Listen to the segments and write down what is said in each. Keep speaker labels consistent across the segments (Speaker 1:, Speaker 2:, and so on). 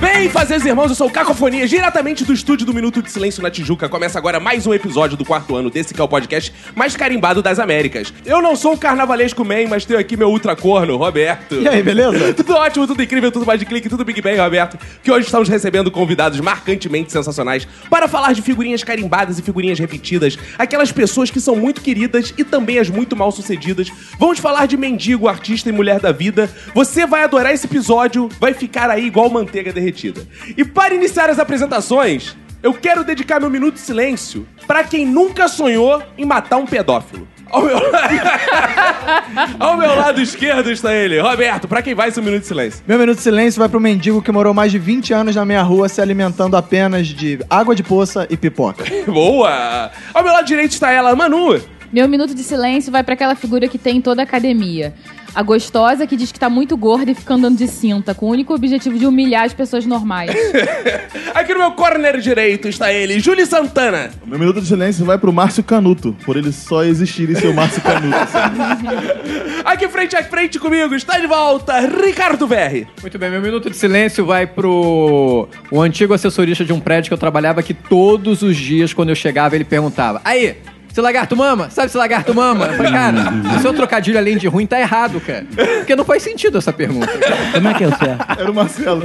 Speaker 1: Bem, fazeres irmãos, eu sou o Cacofonia, diretamente do estúdio do Minuto de Silêncio na Tijuca. Começa agora mais um episódio do quarto ano desse que é o podcast mais carimbado das Américas. Eu não sou o carnavalesco man, mas tenho aqui meu ultracorno, Roberto.
Speaker 2: E aí, beleza?
Speaker 1: Tudo ótimo, tudo incrível, tudo mais de clique, tudo Big Bang, Roberto. Que hoje estamos recebendo convidados marcantemente sensacionais para falar de figurinhas carimbadas e figurinhas repetidas, aquelas pessoas que são muito queridas e também as muito mal sucedidas. Vamos falar de mendigo, artista e mulher da vida. Você vai adorar esse episódio, vai ficar aí igual manteiga derretida. E para iniciar as apresentações, eu quero dedicar meu minuto de silêncio para quem nunca sonhou em matar um pedófilo. Ao meu, Ao meu lado esquerdo está ele, Roberto. Pra quem vai, esse é um minuto de silêncio.
Speaker 2: Meu minuto de silêncio vai pro mendigo que morou mais de 20 anos na minha rua se alimentando apenas de água de poça e pipoca.
Speaker 1: Boa! Ao meu lado direito está ela, Manu.
Speaker 3: Meu minuto de silêncio vai pra aquela figura que tem em toda a academia. A gostosa que diz que tá muito gorda e fica andando de cinta, com o único objetivo de humilhar as pessoas normais.
Speaker 1: Aqui no meu corner direito está ele, Júlio Santana.
Speaker 4: Meu minuto de silêncio vai pro Márcio Canuto, por ele só existir e ser o Márcio Canuto. sabe?
Speaker 1: Aqui frente a frente comigo está de volta, Ricardo Verri.
Speaker 5: Muito bem, meu minuto de silêncio vai pro o antigo assessorista de um prédio que eu trabalhava que todos os dias, quando eu chegava, ele perguntava: Aí, se lagarto mama? Sabe se lagarto mama? Eu falei, cara, o seu trocadilho além de ruim tá errado, cara. Porque não faz sentido essa pergunta.
Speaker 6: Como é que é o certo?
Speaker 4: Era o Marcelo.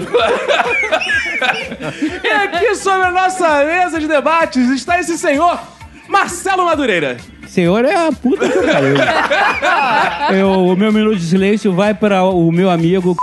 Speaker 1: E aqui sobre a nossa mesa de debates está esse senhor, Marcelo Madureira.
Speaker 6: Senhor é a puta que eu pariu. Eu- O meu minuto de silêncio vai para o meu amigo.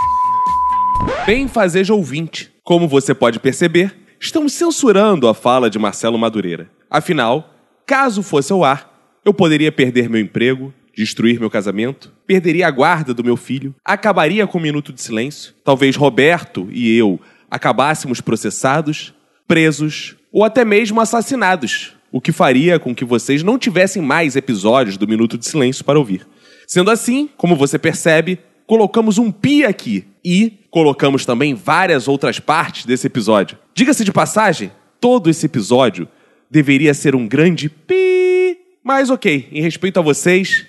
Speaker 1: Bem fazeja ouvinte. Como você pode perceber, estamos censurando a fala de Marcelo Madureira. Afinal, caso fosse ao ar, eu poderia perder meu emprego, destruir meu casamento, perderia a guarda do meu filho, acabaria com um minuto de silêncio, talvez Roberto e eu acabássemos processados, presos ou até mesmo assassinados, o que faria com que vocês não tivessem mais episódios do Minuto de Silêncio para ouvir. Sendo assim, como você percebe, colocamos um pi aqui e colocamos também várias outras partes desse episódio. Diga-se de passagem, todo esse episódio deveria ser um grande pi, mas ok, em respeito a vocês,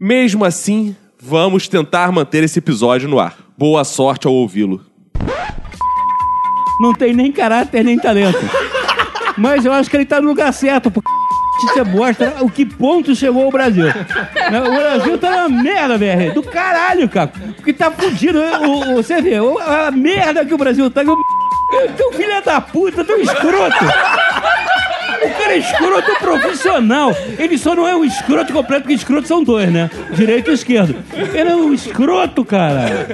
Speaker 1: mesmo assim, vamos tentar manter esse episódio no ar. Boa sorte ao ouvi-lo.
Speaker 6: Não tem nem caráter, nem talento. Mas eu acho que ele tá no lugar certo, porque você mostra o que ponto chegou o Brasil. O Brasil tá na merda, velho. Do caralho, cara. Porque tá fudido. O- o- Você vê, o- a merda que o Brasil tá. que o- Teu filho é da puta, teu escroto. O cara é escroto profissional. Ele só não é um escroto completo, porque escroto são dois, né? Direito e esquerdo. Ele é um escroto, cara.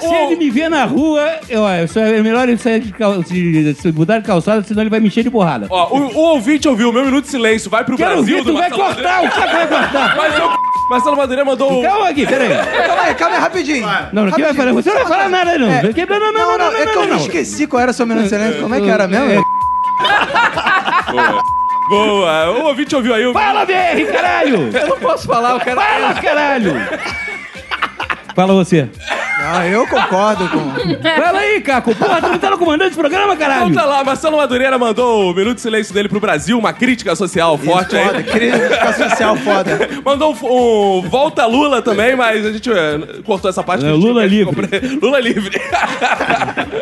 Speaker 6: Se ele me ver na rua, eu, ó, eu só- é melhor ele sair de cal, se, se mudar de calçada, senão ele vai me encher de porrada.
Speaker 1: Ó, o, o ouvinte ouviu o meu minuto de silêncio, vai pro
Speaker 6: Quero
Speaker 1: Brasil
Speaker 6: ouvir,
Speaker 1: do
Speaker 6: tu vai
Speaker 1: Marcelo Madureira.
Speaker 6: cortar, o cara vai cortar.
Speaker 1: Mas eu, Marcelo Madureira mandou um...
Speaker 6: Calma aqui, peraí.
Speaker 2: Calma aí, calma aí, rapidinho.
Speaker 6: Não, não, quem vai falar? Você não vai falar nada, não.
Speaker 2: É.
Speaker 6: Quem- Não, não,
Speaker 2: Não,
Speaker 6: não, não,
Speaker 2: é que eu
Speaker 6: não,
Speaker 2: me
Speaker 6: não.
Speaker 2: esqueci qual era o seu minuto de silêncio. Como é que era mesmo?
Speaker 1: Boa, o ouvinte ouviu aí o...
Speaker 6: Fala, BR, caralho!
Speaker 5: Eu não posso falar, o cara.
Speaker 6: Fala, caralho! Fala você.
Speaker 2: Ah, eu concordo com...
Speaker 6: Fala aí, Caco. Porra, tu não tá no comandante desse programa, caralho?
Speaker 1: Então tá lá, Marcelo Madureira mandou o minuto de silêncio dele pro Brasil, uma crítica social forte aí.
Speaker 2: Foda, crítica social foda.
Speaker 1: Mandou um, um volta Lula também, mas a gente é, cortou essa parte.
Speaker 6: É,
Speaker 1: que a gente
Speaker 6: Lula
Speaker 1: quer
Speaker 6: livre.
Speaker 1: compre- Lula livre.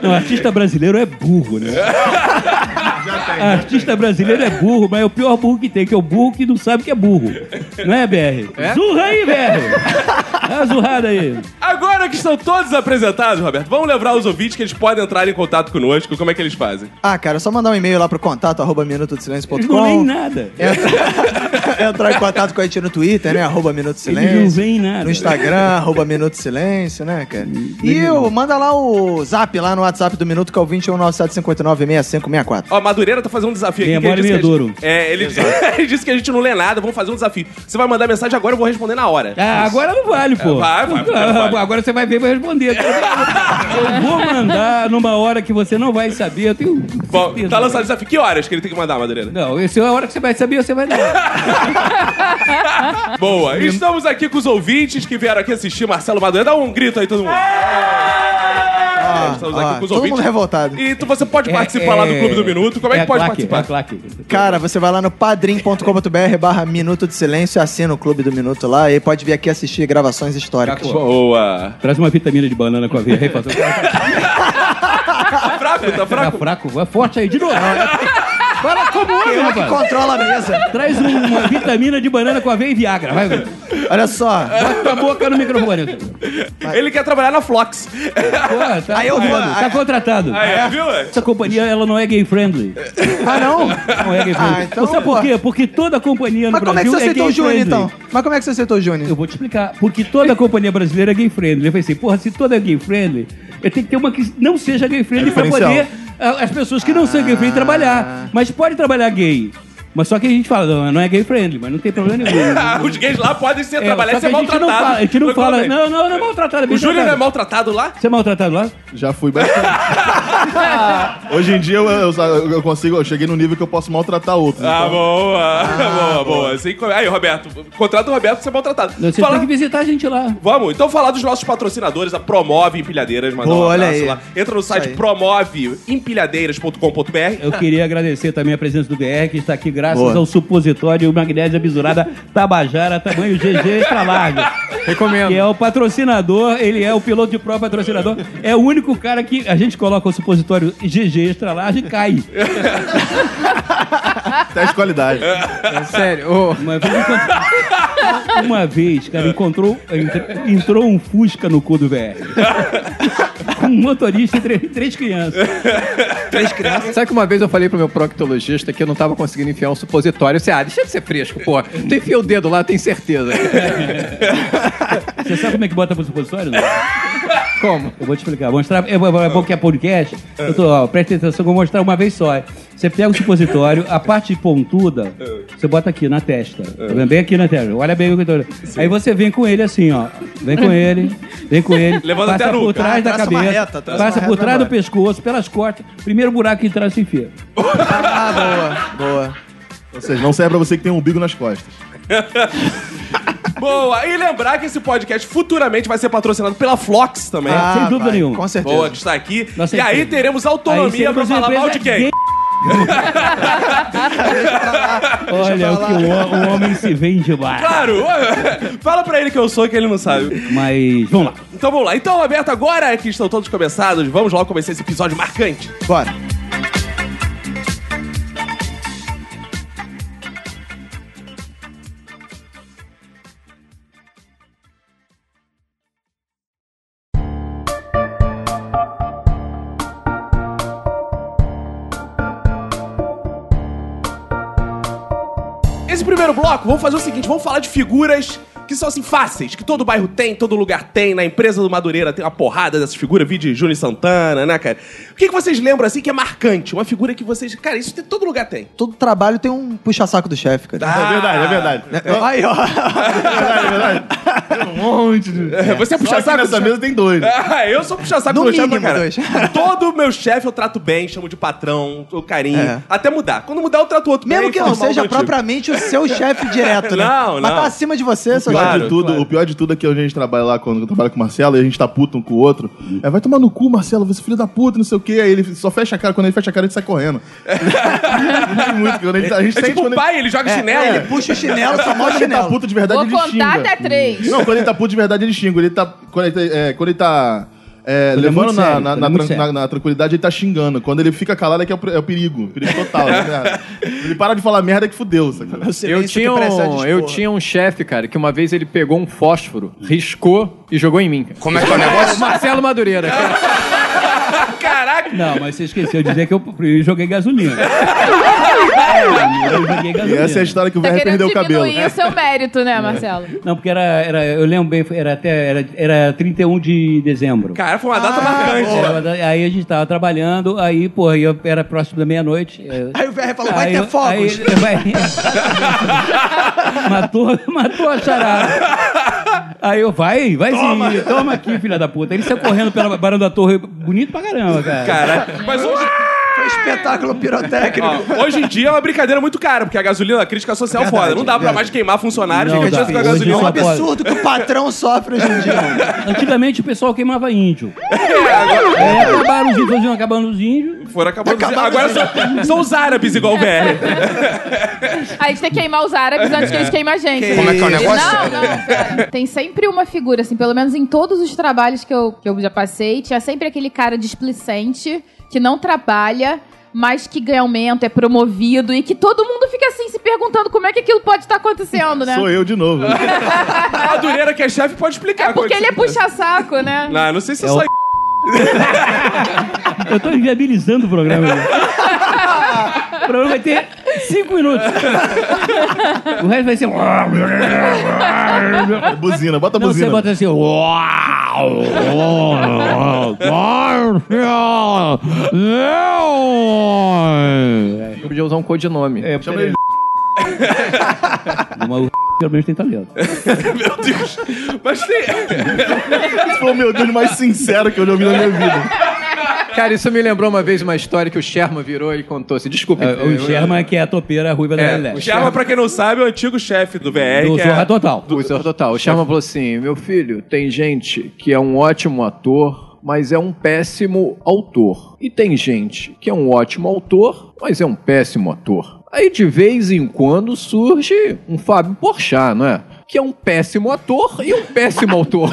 Speaker 6: Não, artista brasileiro é burro, né? Artista brasileiro é burro, mas é o pior burro que tem, que é o burro que não sabe que é burro. Não é, BR? Zurra aí, BR! Dá uma zurrada aí.
Speaker 1: Agora que estão todos apresentados, Roberto, vamos lembrar os ouvintes que eles podem entrar em contato conosco. Como é que eles fazem?
Speaker 2: Ah, cara, é só mandar um e-mail lá pro contato, arroba
Speaker 6: Eles não leem
Speaker 2: minutodesilêncio.com.
Speaker 6: nada.
Speaker 2: Entra- Entrar em contato com a gente no Twitter, né? Arroba Minuto de
Speaker 6: Eles não
Speaker 2: Silêncio.
Speaker 6: veem nada.
Speaker 2: No Instagram, arroba Minuto Silêncio, né, cara? E eu, manda lá o zap lá no WhatsApp do Minuto, que é o 2197596564.
Speaker 1: Ó, Madureira tá fazendo um desafio aqui.
Speaker 6: Memória
Speaker 1: que ele disse que a É,
Speaker 6: Medouro.
Speaker 1: gente- É, ele, ele disse que a gente não lê nada, vamos fazer um desafio. Você vai mandar mensagem agora, eu vou responder na hora. É,
Speaker 6: Ah, agora não vale, pô. Ah,
Speaker 1: Vai, vai, vai, vai.
Speaker 6: Agora você vai ver e vai responder. Eu vou mandar numa hora que você não vai saber. Eu tenho.
Speaker 1: Bom,
Speaker 6: certeza.
Speaker 1: tá lançado o desafio. Que horas que ele tem que mandar, Madureira?
Speaker 6: Não, essa é a hora que você vai saber, você vai dar.
Speaker 1: Boa. Estamos aqui com os ouvintes que vieram aqui assistir Marcelo Madureira. Dá um grito aí, todo mundo. É,
Speaker 2: Ah,
Speaker 1: Estamos
Speaker 2: ah,
Speaker 1: aqui com os
Speaker 2: todo
Speaker 1: ouvintes.
Speaker 2: mundo revoltado.
Speaker 1: E tu, você
Speaker 6: É,
Speaker 1: pode participar lá do Clube do Minuto. Como é, que pode participar?
Speaker 2: Cara, você vai lá no padrim.com.br barra Minuto de Silêncio, assina o Clube do Minuto lá e pode vir aqui assistir gravações históricas.
Speaker 1: Boa.
Speaker 6: Traz uma vitamina de banana com a veia. Refaz-
Speaker 1: Tá fraco, tá
Speaker 6: Tá
Speaker 1: fraco?
Speaker 6: fraco, vai forte aí de novo. Para como homem,
Speaker 2: Quem é que
Speaker 6: rapaz.
Speaker 2: controla a mesa?
Speaker 6: Traz
Speaker 4: um
Speaker 6: um- uma vitamina de banana com a veia e Viagra. Vai, vai.
Speaker 2: Olha só.
Speaker 6: Bota a boca no microfone.
Speaker 1: Ele quer trabalhar na Flox.
Speaker 6: Pô, tá
Speaker 2: Aí eu vou-
Speaker 6: contratado, Tá
Speaker 2: aí-
Speaker 6: contratado.
Speaker 1: Aí, viu?
Speaker 6: Essa companhia, ela não é gay-friendly.
Speaker 2: Ah, não?
Speaker 6: Não é gay friendly.
Speaker 2: Ah, então,
Speaker 6: Sabe por
Speaker 2: pô.
Speaker 6: quê? Porque toda companhia no
Speaker 2: Mas como é que
Speaker 6: Brasil
Speaker 2: você aceitou o
Speaker 6: gay
Speaker 2: Júnior,
Speaker 6: friendly.
Speaker 2: então? Mas como é que você aceitou o
Speaker 6: Eu
Speaker 2: Júnior?
Speaker 6: vou te explicar. Porque toda companhia brasileira é gay friendly. Eu pensei, porra, se toda é gay friendly, eu tenho que ter uma que não seja gay
Speaker 2: É
Speaker 6: friendly pra poder ah, as pessoas que não são gay friendly
Speaker 2: Ah.
Speaker 6: trabalhar. Mas pode trabalhar gay. Mas só que a gente fala, não, não é gay friendly, mas não tem problema nenhum.
Speaker 1: Ah, Os gays lá podem ser
Speaker 6: É,
Speaker 1: trabalhar
Speaker 6: só
Speaker 1: e ser
Speaker 6: que a gente não
Speaker 1: maltratado.
Speaker 6: fala- A gente não fala, não, não, não é maltratado. é bem
Speaker 1: O Júlio não é
Speaker 6: tratado.
Speaker 1: maltratado lá?
Speaker 6: Você é maltratado lá?
Speaker 4: Já fui bastante.
Speaker 6: Ah,
Speaker 4: Hoje em dia eu, eu- eu consigo, eu cheguei no nível que eu posso maltratar outro.
Speaker 1: Ah,
Speaker 4: então- Ah.
Speaker 1: boa. boa, boa. Assim, como- aí, Roberto, contrata o Roberto pra ser maltratado.
Speaker 6: Não, Você
Speaker 1: Fala-
Speaker 6: tem que visitar a gente lá.
Speaker 1: Vamos, então falar dos nossos patrocinadores, a Promove Empilhadeiras, mandar
Speaker 2: Pô,
Speaker 1: um
Speaker 2: olha
Speaker 1: abraço
Speaker 2: aí.
Speaker 1: lá. Entra no site
Speaker 2: aí.
Speaker 1: promoveempilhadeiras.com.br.
Speaker 6: Eu queria agradecer também a presença do BR, que está aqui graças
Speaker 2: Boa.
Speaker 6: ao supositório Magnésia Bisurada Tabajara, tamanho GG extra largo.
Speaker 5: Recomendo.
Speaker 6: Que é o patrocinador, ele é o piloto de prova patrocinador. É o único cara que a gente coloca o supositório GG extra largo e cai.
Speaker 4: Teste de qualidade.
Speaker 5: É sério. ô,
Speaker 6: Uma vez, encont- Uma vez, cara, encontrou, entr- entrou um Fusca no cu do VR. um motorista e três, três crianças.
Speaker 5: Sabe que uma vez eu falei pro meu proctologista que eu não tava conseguindo enfiar um supositório? Eu disse, ah, deixa de ser fresco, pô. Tu enfia o dedo lá, tem certeza.
Speaker 6: Você sabe como é que bota pro supositório? Não?
Speaker 5: Como?
Speaker 6: Eu vou te explicar. Mostrar, eu vou, eu vou que é podcast. Eu tô, ó, presta atenção, eu vou mostrar uma vez só. Você pega o supositório, a parte pontuda, você bota aqui na testa. Tá vendo? Bem aqui na testa. Olha bem o que eu tô. Aí você vem com ele assim, ó. Vem com ele, vem com ele.
Speaker 1: Levanta
Speaker 6: passa
Speaker 1: até a
Speaker 6: por
Speaker 1: nuca.
Speaker 6: trás
Speaker 2: Ah,
Speaker 6: da
Speaker 2: traça uma
Speaker 6: cabeça.
Speaker 2: reta, traça
Speaker 6: passa
Speaker 2: uma
Speaker 6: por
Speaker 2: reta
Speaker 6: trás do
Speaker 2: agora.
Speaker 6: pescoço, pelas costas. Primeiro buraco que trás se enfia.
Speaker 2: Ah, boa, boa.
Speaker 4: Ou seja, não serve pra você que tem um umbigo nas costas.
Speaker 1: Boa! E lembrar que esse podcast futuramente vai ser patrocinado pela Flox também.
Speaker 2: Ah,
Speaker 6: sem dúvida
Speaker 2: vai,
Speaker 6: nenhuma.
Speaker 2: Com certeza.
Speaker 1: Boa, que está tá aqui.
Speaker 6: Nossa
Speaker 1: e aí
Speaker 6: empresa.
Speaker 1: teremos
Speaker 6: Aí você
Speaker 1: autonomia pra
Speaker 6: usa
Speaker 1: falar
Speaker 6: empresa
Speaker 1: mal de quem?
Speaker 6: gay. Olha o que o, ho- o homem se vende lá.
Speaker 1: Claro! Fala pra ele que eu sou, que ele não sabe.
Speaker 6: Mas vamos lá.
Speaker 1: Então vamos lá. Então, Roberto, agora que estão todos começados, vamos lá começar esse episódio marcante.
Speaker 2: Bora.
Speaker 1: Esse primeiro bloco, vamos fazer o seguinte: vamos falar de figuras que são assim fáceis, que todo bairro tem, todo lugar tem, na empresa do Madureira tem uma porrada dessas figuras, vi de Júnior Santana, né, cara? O que, que vocês lembram assim que é marcante? Uma figura que vocês. Cara, isso tem- todo lugar tem.
Speaker 2: Todo trabalho tem um puxa-saco do chefe,
Speaker 1: Ah,
Speaker 2: cara.
Speaker 4: É verdade, é verdade.
Speaker 2: Aí, ó.
Speaker 4: É verdade, é verdade. Tem um monte de.
Speaker 1: É, Você é
Speaker 4: Só
Speaker 1: puxa
Speaker 4: aqui
Speaker 1: saco. do
Speaker 4: nessa
Speaker 1: chefe?
Speaker 4: mesa tem dois.
Speaker 1: Ah, eu sou puxa saco do
Speaker 2: No
Speaker 1: meu chefe, pra
Speaker 2: mínimo,
Speaker 1: cara.
Speaker 2: dois.
Speaker 1: Todo meu chefe eu trato bem, chamo de patrão, o carinho.
Speaker 2: É.
Speaker 1: Até mudar. Quando mudar, eu trato outro
Speaker 2: Mesmo
Speaker 1: bem,
Speaker 2: que não
Speaker 1: falo mal do
Speaker 2: seja
Speaker 1: antigo.
Speaker 2: propriamente o seu chefe direto, né?
Speaker 1: Não,
Speaker 2: Mas
Speaker 1: não.
Speaker 2: tá acima de você,
Speaker 4: O
Speaker 2: seu
Speaker 4: pior,
Speaker 1: Claro,
Speaker 4: de tudo,
Speaker 1: claro.
Speaker 4: o pior de tudo é que onde a gente trabalha lá, quando eu trabalho com o Marcelo, e a gente tá puto um com o outro. É, vai tomar no cu, Marcelo, você é filho da puta, não sei o quê. Aí ele só fecha a cara, quando ele fecha a cara, ele sai correndo. Muito, muito, quando ele tá- a gente
Speaker 1: É
Speaker 4: sente
Speaker 1: tipo
Speaker 4: quando
Speaker 1: o pai, ele joga chinelo.
Speaker 2: Ele puxa o chinelo, só mostra o
Speaker 4: ele, quando ele tá
Speaker 2: chinelo.
Speaker 4: puto de verdade,
Speaker 3: Vou
Speaker 4: ele xinga.
Speaker 3: contar até três.
Speaker 4: Não, quando ele tá puto de verdade, ele xinga. Ele tá. Quando ele tá. é, quando ele tá, é,
Speaker 6: Quando é
Speaker 4: levando
Speaker 6: muito
Speaker 4: na,
Speaker 6: sério,
Speaker 4: na-
Speaker 6: quando
Speaker 4: na
Speaker 6: é muito
Speaker 4: tran-
Speaker 6: sério.
Speaker 4: na- na tranquilidade, ele tá xingando. Quando ele fica calado, é que é o, pre- é o perigo. Perigo total. né? Ele para de falar merda que fudeu, saca?
Speaker 2: O
Speaker 5: Eu
Speaker 2: silêncio que
Speaker 5: tinha,
Speaker 2: precede
Speaker 5: um,
Speaker 2: esporro.
Speaker 5: eu tinha um chefe, cara, que uma vez ele pegou um fósforo, riscou e jogou em mim. cara.
Speaker 7: Como é que é o negócio?
Speaker 5: Marcelo Madureira. cara.
Speaker 1: Caraca!
Speaker 6: Não, mas você esqueceu de dizer que eu joguei gasolina. Eu joguei
Speaker 4: E
Speaker 6: gasolina.
Speaker 4: essa é a história que o
Speaker 3: Tá
Speaker 4: VR
Speaker 3: querendo
Speaker 4: perdeu o cabelo. É.
Speaker 3: diminuir o seu mérito, né, Marcelo?
Speaker 6: Não, porque era, era. Eu lembro bem, era até. Era, era 31 de dezembro.
Speaker 1: Cara, foi uma data marcante.
Speaker 6: Era- aí a gente tava trabalhando, aí, porra, eu era próximo da meia-noite. é,
Speaker 2: Aí o VR falou, vai
Speaker 6: Aí
Speaker 2: ter
Speaker 6: eu-
Speaker 2: fogos.
Speaker 6: aí ele vai- matou, matou a charada. Aí eu, vai, vai toma. sim, toma aqui, filha da puta. Ele saiu correndo pela baranda da torre, bonito pra caramba, cara.
Speaker 1: Cara, mas hoje,
Speaker 2: Foi um espetáculo pirotécnico.
Speaker 1: ó, hoje em dia é uma brincadeira muito cara, porque a gasolina, a crítica social é foda. Não dá pra mais queimar funcionários,
Speaker 6: Não
Speaker 1: fica
Speaker 6: dá.
Speaker 1: direto com a
Speaker 6: Hoje
Speaker 2: É um
Speaker 6: só
Speaker 1: gasolina.
Speaker 6: pode.
Speaker 2: absurdo que o patrão sofre hoje em dia.
Speaker 6: Antigamente o pessoal queimava índio.
Speaker 1: É, agora-
Speaker 6: Aí acabaram os índios, hoje não acabando os índios.
Speaker 1: Foram acabando. os- Agora são, são os árabes igual o BR.
Speaker 3: A gente tem que queimar os árabes antes que eles queimem a gente. né?
Speaker 7: Como é que é o negócio?
Speaker 3: Não, não, pera. Tem sempre uma figura, assim, pelo menos em todos os trabalhos que eu, que eu já passei, tinha sempre aquele cara displicente que não trabalha. Mas que ganha aumento, é promovido e que todo mundo fica assim se perguntando como é que aquilo pode estar acontecendo, né?
Speaker 4: Sou eu de novo.
Speaker 1: A Dureira, que é chefe, pode explicar.
Speaker 3: É porque
Speaker 1: quando-
Speaker 3: ele é puxa-saco, né?
Speaker 1: Não, não sei se é só.
Speaker 6: Eu tô inviabilizando o programa. né? o programa vai ter cinco minutos. O resto vai ser.
Speaker 4: buzina, bota a
Speaker 6: Não, você
Speaker 4: buzina.
Speaker 6: bota assim. Uau! uau, uau,
Speaker 4: É.
Speaker 6: uau."
Speaker 5: Eu podia usar um codinome.
Speaker 6: É,
Speaker 4: Chama ele.
Speaker 6: mas o pelo menos tem talento.
Speaker 1: Meu Deus. Mas tem.
Speaker 4: Esse foi o meu Deus mais sincero que eu já ouvi na minha vida.
Speaker 5: Cara, isso me lembrou uma vez uma história que o Sherman virou e contou. Se desculpe.
Speaker 6: É, O Sherman que é a topeira ruiva da
Speaker 1: É, o
Speaker 6: Lelé.
Speaker 1: Sherman, pra quem não sabe, é o antigo chefe do VR.
Speaker 6: Do
Speaker 1: que
Speaker 6: Zorra
Speaker 1: é...
Speaker 6: Total.
Speaker 5: O Senhor Total. O Sherman falou assim: meu filho, tem gente que é um ótimo ator, mas é um péssimo autor. E tem gente que é um ótimo autor, mas é um péssimo ator. Aí de vez em quando surge um Fábio Porchat, não é? Que é um péssimo ator e um péssimo autor.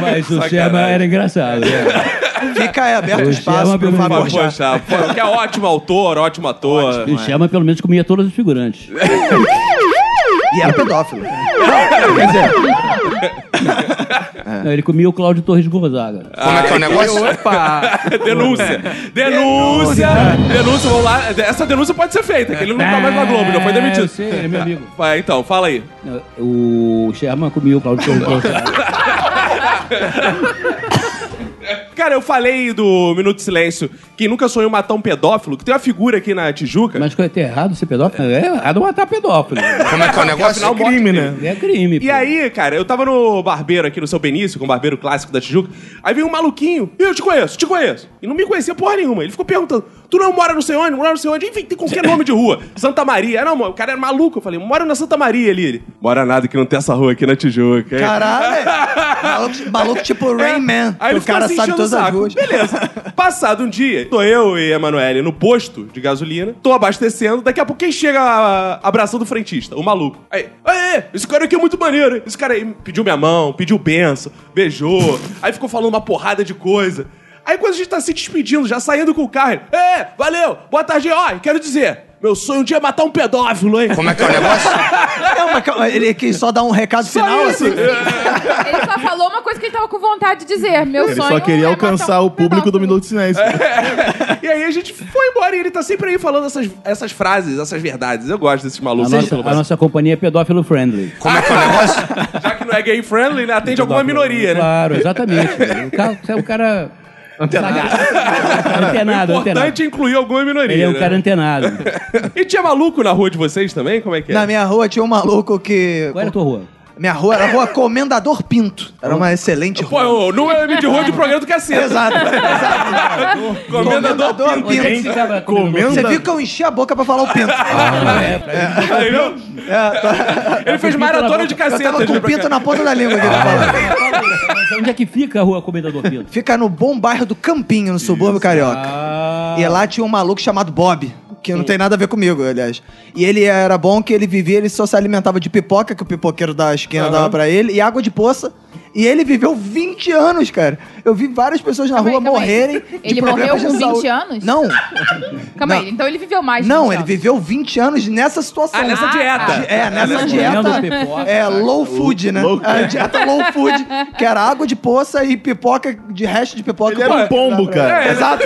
Speaker 6: Mas o
Speaker 1: Sacanagem.
Speaker 6: Sherman era engraçado. né?
Speaker 2: Fica aí aberto o
Speaker 6: Eu
Speaker 2: espaço
Speaker 6: chamo
Speaker 2: pro
Speaker 6: pelo
Speaker 2: Fábio
Speaker 1: Fábio
Speaker 2: Porchat.
Speaker 1: Porchat. Pô, Que é ótimo autor, ótimo ator.
Speaker 6: O
Speaker 7: é?
Speaker 6: Sherman pelo menos comia todos os figurantes. É.
Speaker 2: E era pedófilo.
Speaker 1: Ah,
Speaker 6: Não, ele comia o Cláudio Torres Gonzaga.
Speaker 7: Como
Speaker 2: Ah,
Speaker 7: é que é o negócio?
Speaker 5: Opa!
Speaker 1: denúncia. Denúncia. denúncia, vamos lá. Essa denúncia pode ser feita, que ele não tá mais na Globo, não foi
Speaker 6: É, eu
Speaker 1: demitido.
Speaker 6: sei, ele é meu amigo.
Speaker 1: Vai, então, fala aí.
Speaker 6: O Sherman comia o Cláudio Torres Gonzaga.
Speaker 1: Cara, eu falei do Minuto de Silêncio, quem nunca sonhou matar um pedófilo, que tem uma figura aqui na Tijuca.
Speaker 6: Mas é errado ser pedófilo? É errado matar pedófilo.
Speaker 7: Como é que é né? o negócio?
Speaker 1: Afinal, morte dele.
Speaker 6: É crime.
Speaker 1: E aí, cara, eu tava no barbeiro aqui, no seu Benício, com o barbeiro clássico da Tijuca. Aí veio um maluquinho. "Ih, Eu te conheço, te conheço. E não me conhecia porra nenhuma. Ele ficou perguntando: Tu não mora não sei onde? Mora não sei onde? Enfim, tem qualquer nome de rua. Santa Maria. Ah, Não, o cara era maluco. Eu falei: Mora na Santa Maria ali. Ele, Mora nada que não tem essa rua aqui na Tijuca. hein?"
Speaker 2: Caralho. é. Maluco, maluco tipo Rain Man.
Speaker 1: É. Aí
Speaker 2: que
Speaker 1: ele
Speaker 2: o
Speaker 1: ficou
Speaker 2: cara
Speaker 1: assim,
Speaker 2: sabe
Speaker 1: enchendo o
Speaker 2: todas as
Speaker 1: saco.
Speaker 2: ruas.
Speaker 1: Beleza. Passado um dia, tô eu e a Emanuele no posto de gasolina, tô abastecendo, daqui a pouco quem chega a- abraçando o frentista, o maluco. Aí, aê, esse cara aqui é muito maneiro, hein? Esse cara aí pediu minha mão, pediu benção, beijou, aí ficou falando uma porrada de coisa. Aí quando a gente tá se despedindo, já saindo com o carro, ele, é, valeu, boa tarde, ó, quero dizer, meu sonho um dia é matar um pedófilo, hein?
Speaker 7: Como é que é o negócio?
Speaker 2: Não, É, mas calma, ele quis só dar um recado final,
Speaker 1: isso.
Speaker 2: assim.
Speaker 1: é,
Speaker 3: Ele só falou uma coisa que ele tava com vontade de dizer. Meu
Speaker 4: Ele
Speaker 3: sonho
Speaker 4: só queria
Speaker 3: é
Speaker 4: alcançar
Speaker 3: matar um
Speaker 4: o público
Speaker 3: pedófilo.
Speaker 4: do Minuto de Silêncio.
Speaker 1: e aí a gente foi embora e ele tá sempre aí falando essas, essas frases, essas verdades. Eu gosto desses
Speaker 6: A
Speaker 1: malucos.
Speaker 6: nossa, a nossa companhia é pedófilo friendly.
Speaker 7: Como é que é o negócio?
Speaker 1: Já que não é gay friendly, né? Atende alguma minoria, né?
Speaker 6: Claro, exatamente. O cara, é o cara antenado. antenado,
Speaker 1: o
Speaker 6: antenado.
Speaker 1: importante é incluir alguma minoria.
Speaker 6: Ele é um
Speaker 1: né?
Speaker 6: cara antenado.
Speaker 1: E tinha maluco na rua de vocês também? Como é que é?
Speaker 2: Na minha rua tinha um maluco que.
Speaker 6: Qual era a tua rua?
Speaker 2: Minha rua era a rua Comendador Pinto. Era uma excelente
Speaker 1: Pô,
Speaker 2: rua.
Speaker 1: eu- não é de rua de programa do cacete.
Speaker 2: Exato, exato.
Speaker 1: Comendador
Speaker 2: Pinto.
Speaker 6: ficava
Speaker 2: Você viu que eu enchi a boca pra falar o pinto.
Speaker 1: Ah. Entendeu?
Speaker 2: É, tá.
Speaker 1: Ele fez maratona de
Speaker 2: Eu
Speaker 1: caceta. tipo,
Speaker 2: tava
Speaker 1: de
Speaker 2: com o
Speaker 1: vir pra
Speaker 2: pinto
Speaker 1: cá.
Speaker 2: na ponta da língua que ele falava.
Speaker 6: Mas onde é que fica a rua Comendador Pinto?
Speaker 2: Fica no bom bairro do Campinho, no subúrbio carioca.
Speaker 6: Ah,
Speaker 2: E lá tinha um maluco chamado Bob, que não tem nada a ver comigo, aliás. E ele era bom que ele vivia, ele só se alimentava de pipoca, que o pipoqueiro da esquina dava pra ele, e água de poça. E ele viveu 20 anos, cara. Eu vi várias pessoas na
Speaker 3: Calma aí,
Speaker 2: rua
Speaker 3: calma aí.
Speaker 2: morrerem.
Speaker 3: Ele
Speaker 2: de problemas
Speaker 3: morreu com
Speaker 2: de saúde.
Speaker 3: 20 anos?
Speaker 2: Não,
Speaker 3: Calma
Speaker 2: Não.
Speaker 3: aí, então ele viveu mais. de
Speaker 2: não,
Speaker 3: 20
Speaker 2: ele
Speaker 3: anos.
Speaker 2: viveu 20 anos nessa situação.
Speaker 1: Ah, nessa
Speaker 3: Ah,
Speaker 1: dieta.
Speaker 3: tá.
Speaker 2: É, nessa
Speaker 6: Comendo
Speaker 2: dieta.
Speaker 6: pipoca.
Speaker 2: É, low food, né?
Speaker 4: low-
Speaker 2: a dieta low food, que era água de poça e pipoca de resto de pipoca.
Speaker 4: Ele era um pombo,
Speaker 1: é, né?
Speaker 4: cara.
Speaker 2: Exato.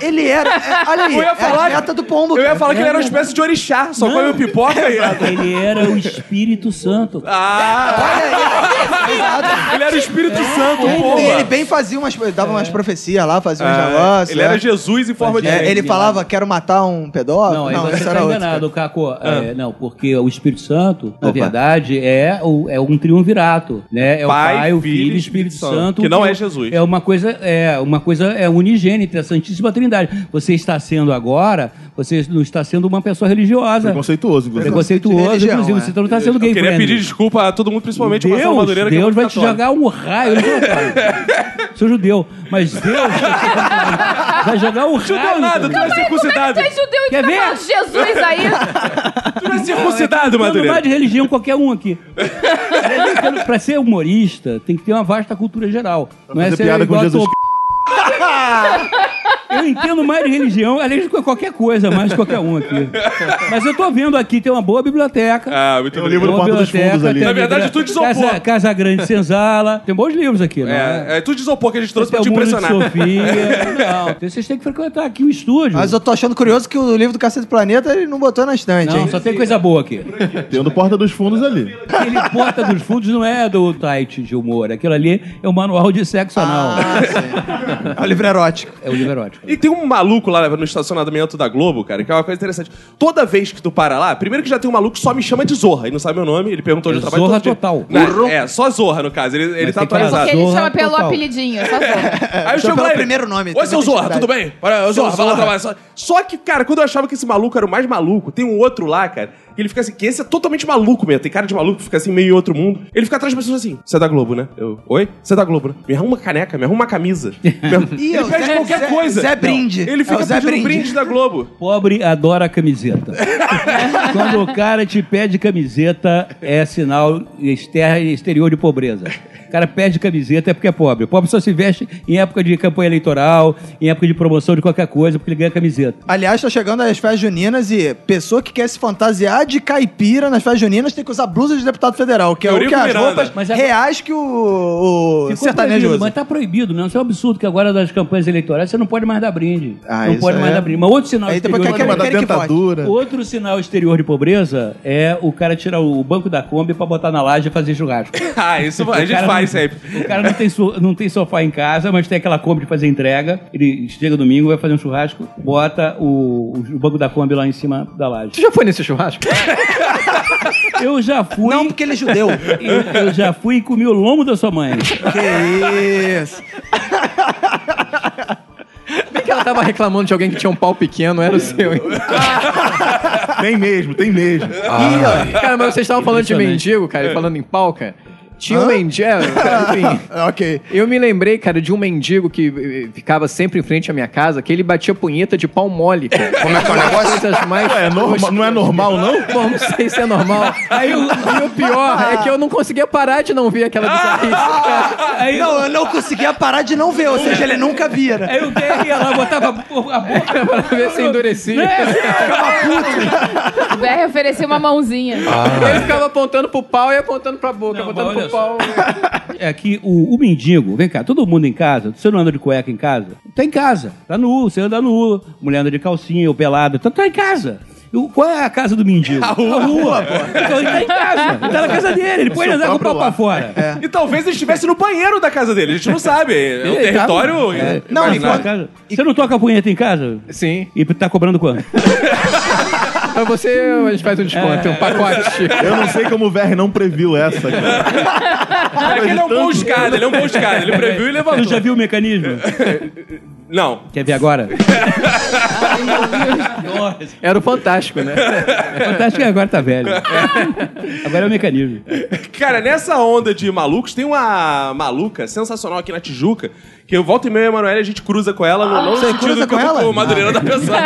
Speaker 2: Ele era. é, olha aí,
Speaker 1: Eu ia falar-
Speaker 2: é a dieta do pombo.
Speaker 1: Eu ia
Speaker 2: cara.
Speaker 1: falar que ele era uma espécie de orixá, só
Speaker 6: Não.
Speaker 1: comeu pipoca e...
Speaker 6: Ele era o Espírito Santo.
Speaker 1: Ah,
Speaker 2: Olha aí. Exato.
Speaker 1: ele era o Espírito Santo, porra.
Speaker 2: E ele bem fazia umas. Dava umas profecias lá, fazia uns
Speaker 1: Ah,
Speaker 2: negócios.
Speaker 1: ele
Speaker 2: é.
Speaker 1: era Jesus em forma de...
Speaker 2: É,
Speaker 1: gente.
Speaker 2: ele falava, quero matar um pedófilo.
Speaker 6: Não,
Speaker 2: Não,
Speaker 6: aí você
Speaker 2: isso
Speaker 6: está
Speaker 2: era outro. cara.
Speaker 6: enganado, Caco.
Speaker 1: Ah.
Speaker 6: É, não, porque o Espírito Santo, na
Speaker 2: Opa.
Speaker 6: verdade, é, o, é um triunvirato, né? É o
Speaker 1: Pai,
Speaker 6: Pai, o
Speaker 1: Filho e
Speaker 6: Filho e o Espírito Santo.
Speaker 1: que não é Jesus.
Speaker 6: É uma coisa, é uma coisa é unigênita, a Santíssima Trindade. Você está sendo agora, você não está sendo uma pessoa religiosa.
Speaker 4: Preconceituoso, inclusive.
Speaker 6: Preconceituosa,
Speaker 2: Religião,
Speaker 6: inclusive.
Speaker 2: é.
Speaker 6: Você não está sendo gay
Speaker 1: Eu queria
Speaker 6: friendly.
Speaker 1: pedir desculpa a todo mundo, principalmente o Marcelo
Speaker 6: Deus,
Speaker 1: Madureira, que é
Speaker 6: Deus
Speaker 1: muito
Speaker 6: vai te
Speaker 1: católico.
Speaker 6: jogar um raio. Eu não sou católico, sou judeu, mas Deus vai jogar um
Speaker 1: Judeu
Speaker 6: raio.
Speaker 1: nada, tu vai ser circuncidado.
Speaker 3: Tu é judeu e tu
Speaker 6: Quer
Speaker 3: tá
Speaker 6: ver?
Speaker 3: falando de Jesus aí?
Speaker 1: Tu vai ser circuncidado,
Speaker 6: É, Não, não vai
Speaker 1: Madureira.
Speaker 6: de religião qualquer um aqui. pra ser humorista, tem que ter uma vasta cultura geral. Não é
Speaker 4: fazer
Speaker 6: ser
Speaker 4: piada
Speaker 6: igual
Speaker 4: com
Speaker 6: a
Speaker 4: Jesus
Speaker 6: tua- Eu entendo mais de religião, além de qualquer coisa, mais de qualquer um aqui. Mas eu tô vendo aqui, tem uma boa biblioteca.
Speaker 1: Ah, muito
Speaker 4: Eu É um livro
Speaker 1: obrigado.
Speaker 6: Boa
Speaker 4: Porta dos Fundos ali.
Speaker 6: tem a
Speaker 1: Na verdade, é
Speaker 6: bibli-
Speaker 1: tudo desopor.
Speaker 6: Casa, Casa Grande Senzala. Tem bons livros aqui, não é?
Speaker 1: É, é tudo isopor que a gente trouxe
Speaker 6: Tem
Speaker 1: pra
Speaker 6: o
Speaker 1: te
Speaker 6: Mundo de
Speaker 1: impressionar.
Speaker 6: Sofia. Não, então vocês têm que frequentar aqui o estúdio.
Speaker 2: Mas eu tô achando curioso que o livro do Cacete do Planeta ele não botou na estante,
Speaker 6: Não,
Speaker 2: hein?
Speaker 6: só tem coisa boa aqui.
Speaker 4: Tendo Porta dos Fundos ali.
Speaker 6: Aquele Porta dos Fundos não é do Tight de humor. Aquilo ali é o manual de sexo anal.
Speaker 2: Ah, sim. É um livro erótico.
Speaker 6: É o livro erótico.
Speaker 1: E tem um maluco lá no estacionamento da Globo, cara, que é uma coisa interessante. Toda vez que tu para lá, primeiro que já tem um maluco que só me chama de Zorra. Ele não sabe meu nome, ele perguntou onde
Speaker 6: É
Speaker 1: eu trabalho.
Speaker 6: Zorra
Speaker 1: todo dia.
Speaker 6: total.
Speaker 1: Não, é, só Zorra, no caso. Ele, ele tá
Speaker 6: tem que falar
Speaker 1: atualizado.
Speaker 3: Porque ele
Speaker 6: Zorra
Speaker 3: chama pelo
Speaker 6: total.
Speaker 3: apelidinho, só Zorra.
Speaker 1: Aí eu
Speaker 2: Chama
Speaker 1: chego
Speaker 2: pelo
Speaker 1: lá e ele,
Speaker 2: primeiro nome,
Speaker 1: Oi,
Speaker 2: tem
Speaker 1: seu
Speaker 2: muita
Speaker 1: Zorra,
Speaker 2: identidade.
Speaker 1: tudo bem? Olha, ô, Zorra, vai lá trabalhar. Só- Só que, cara, quando eu achava que esse maluco era o mais maluco, tem um outro lá, cara, que ele fica assim, que esse é totalmente maluco mesmo. Tem cara de maluco que fica assim, meio em outro mundo. Ele fica atrás das pessoas assim, você é da Globo, né? Eu, oi? Você é da Globo, né? Me arruma uma caneca, me arruma uma camisa.
Speaker 2: Ih,
Speaker 1: ele
Speaker 2: é o
Speaker 1: pede
Speaker 2: Zé-
Speaker 1: qualquer
Speaker 2: Zé-
Speaker 1: coisa.
Speaker 2: Zé Brinde.
Speaker 1: Ele
Speaker 2: É
Speaker 1: fica
Speaker 2: o Zé
Speaker 1: pedindo
Speaker 2: Brinde.
Speaker 1: brinde da Globo.
Speaker 6: Pobre adora camiseta. Quando o cara te pede camiseta, é sinal exter- exterior de pobreza. O cara pede camiseta é porque é pobre. O pobre só se veste em época de campanha eleitoral, em época de promoção de qualquer coisa, porque ele ganha camiseta.
Speaker 2: Aliás, tá chegando as festas juninas e pessoa que quer se fantasiar de caipira nas festas juninas tem que usar blusa de deputado federal, que é o
Speaker 1: Eurico
Speaker 2: que as
Speaker 1: Miranda.
Speaker 2: roupas
Speaker 6: Mas é-
Speaker 2: reais que o, o
Speaker 6: Ficou
Speaker 2: sertanejo
Speaker 6: proibido,
Speaker 2: usa.
Speaker 6: Mas tá proibido, né? Isso é um absurdo que agora das campanhas eleitorais você não pode mais dar brinde.
Speaker 2: Ah,
Speaker 6: não
Speaker 2: isso
Speaker 6: pode mais
Speaker 2: é.
Speaker 6: dar brinde. Mas outro sinal
Speaker 2: Aí depois
Speaker 6: exterior
Speaker 2: quer- quer-
Speaker 6: de
Speaker 4: Tema da
Speaker 6: pobreza-
Speaker 2: querem que vote.
Speaker 4: dentadura.
Speaker 6: Outro sinal exterior de pobreza é o cara tirar o banco da Kombi pra botar na laje e fazer churrasco.
Speaker 1: Ah, isso a
Speaker 6: O
Speaker 1: gente
Speaker 6: cara
Speaker 1: faz
Speaker 6: não-
Speaker 1: sempre.
Speaker 6: O cara não tem, so- não tem sofá em casa, mas tem aquela Kombi de fazer entrega. Ele chega domingo, vai fazer um churrasco, bota o, o banco da Kombi lá em cima da
Speaker 5: Tu
Speaker 6: laje.
Speaker 5: já foi nesse churrasco?
Speaker 6: Eu já fui.
Speaker 2: Não, porque ele é judeu. que
Speaker 6: Eu, eu já fui e comi o lombo da sua mãe.
Speaker 2: isso.
Speaker 5: Como é que ela tava reclamando de alguém que tinha um pau pequeno? Era o seu, hein?
Speaker 4: Tem mesmo, tem mesmo. É.
Speaker 2: Ih,
Speaker 5: Cara, mas vocês estavam falando de mendigo, cara, e falando em pau, cara. Tinha um mendigo. é, cara, Enfim.
Speaker 2: ó. ok.
Speaker 5: Eu me lembrei, cara, de um mendigo que eh, ficava sempre em frente à minha casa, que ele batia punheta de pau mole, cara.
Speaker 7: Como é que é o negócio?
Speaker 5: Coisas mais.
Speaker 4: É norma- não é normal, não?
Speaker 5: Bom, não sei se é normal. Aí o, e o pior é que eu não conseguia parar de não ver aquela bizarrice. cara.
Speaker 6: Aí,
Speaker 2: Não, eu não conseguia parar de não ver, ou seja, ele nunca via, né?
Speaker 6: aí o gay ia lá, botava a bo- a boca.
Speaker 5: pra ver se endurecia.
Speaker 2: é assim?
Speaker 3: O BR ofereceu uma mãozinha.
Speaker 5: Ele ficava apontando pro pau e apontando pra boca,
Speaker 6: Não,
Speaker 5: apontando
Speaker 6: mas
Speaker 5: pro
Speaker 6: olha só.
Speaker 5: pau.
Speaker 6: É que o, o mendigo, vem cá, todo mundo em casa, você não anda de cueca em casa? Tá em casa, tá nu, você anda nu, mulher anda de calcinha ou pelada, tá, tá em casa. O- qual é a casa do mendigo? A rua,
Speaker 1: É.
Speaker 6: pô. Então ele tá em casa, ele tá na casa dele, ele pode andar com o pau pra fora.
Speaker 1: É. E talvez ele estivesse no banheiro da casa dele, a gente não sabe. É um
Speaker 6: Ele tá-
Speaker 1: território.
Speaker 6: É.
Speaker 2: Não,
Speaker 6: Tá em
Speaker 2: foda.
Speaker 6: casa. Você não toca a punheta em casa?
Speaker 5: Sim.
Speaker 6: E tá cobrando quanto?
Speaker 5: Pra Ah, você, a gente faz um desconto, um pacote.
Speaker 4: Eu não sei como o VR não previu essa, cara.
Speaker 1: É que ele é um bom escada, ele é um bom escada. Ele previu e
Speaker 6: Tu
Speaker 1: levantou.
Speaker 6: já viu o mecanismo?
Speaker 1: Não,
Speaker 6: Quer ver agora?
Speaker 5: Era o fantástico, né?
Speaker 6: Fantástico que agora tá velho. Agora é o mecanismo.
Speaker 1: Cara, nessa onda de malucos, tem uma maluca sensacional aqui na Tijuca, que eu volto e meio, a Emanuele, a gente cruza com ela, no não no
Speaker 2: Você
Speaker 1: sentido
Speaker 2: cruza
Speaker 1: que
Speaker 2: com
Speaker 1: eu-
Speaker 2: ela?
Speaker 1: o Madureira da pessoa.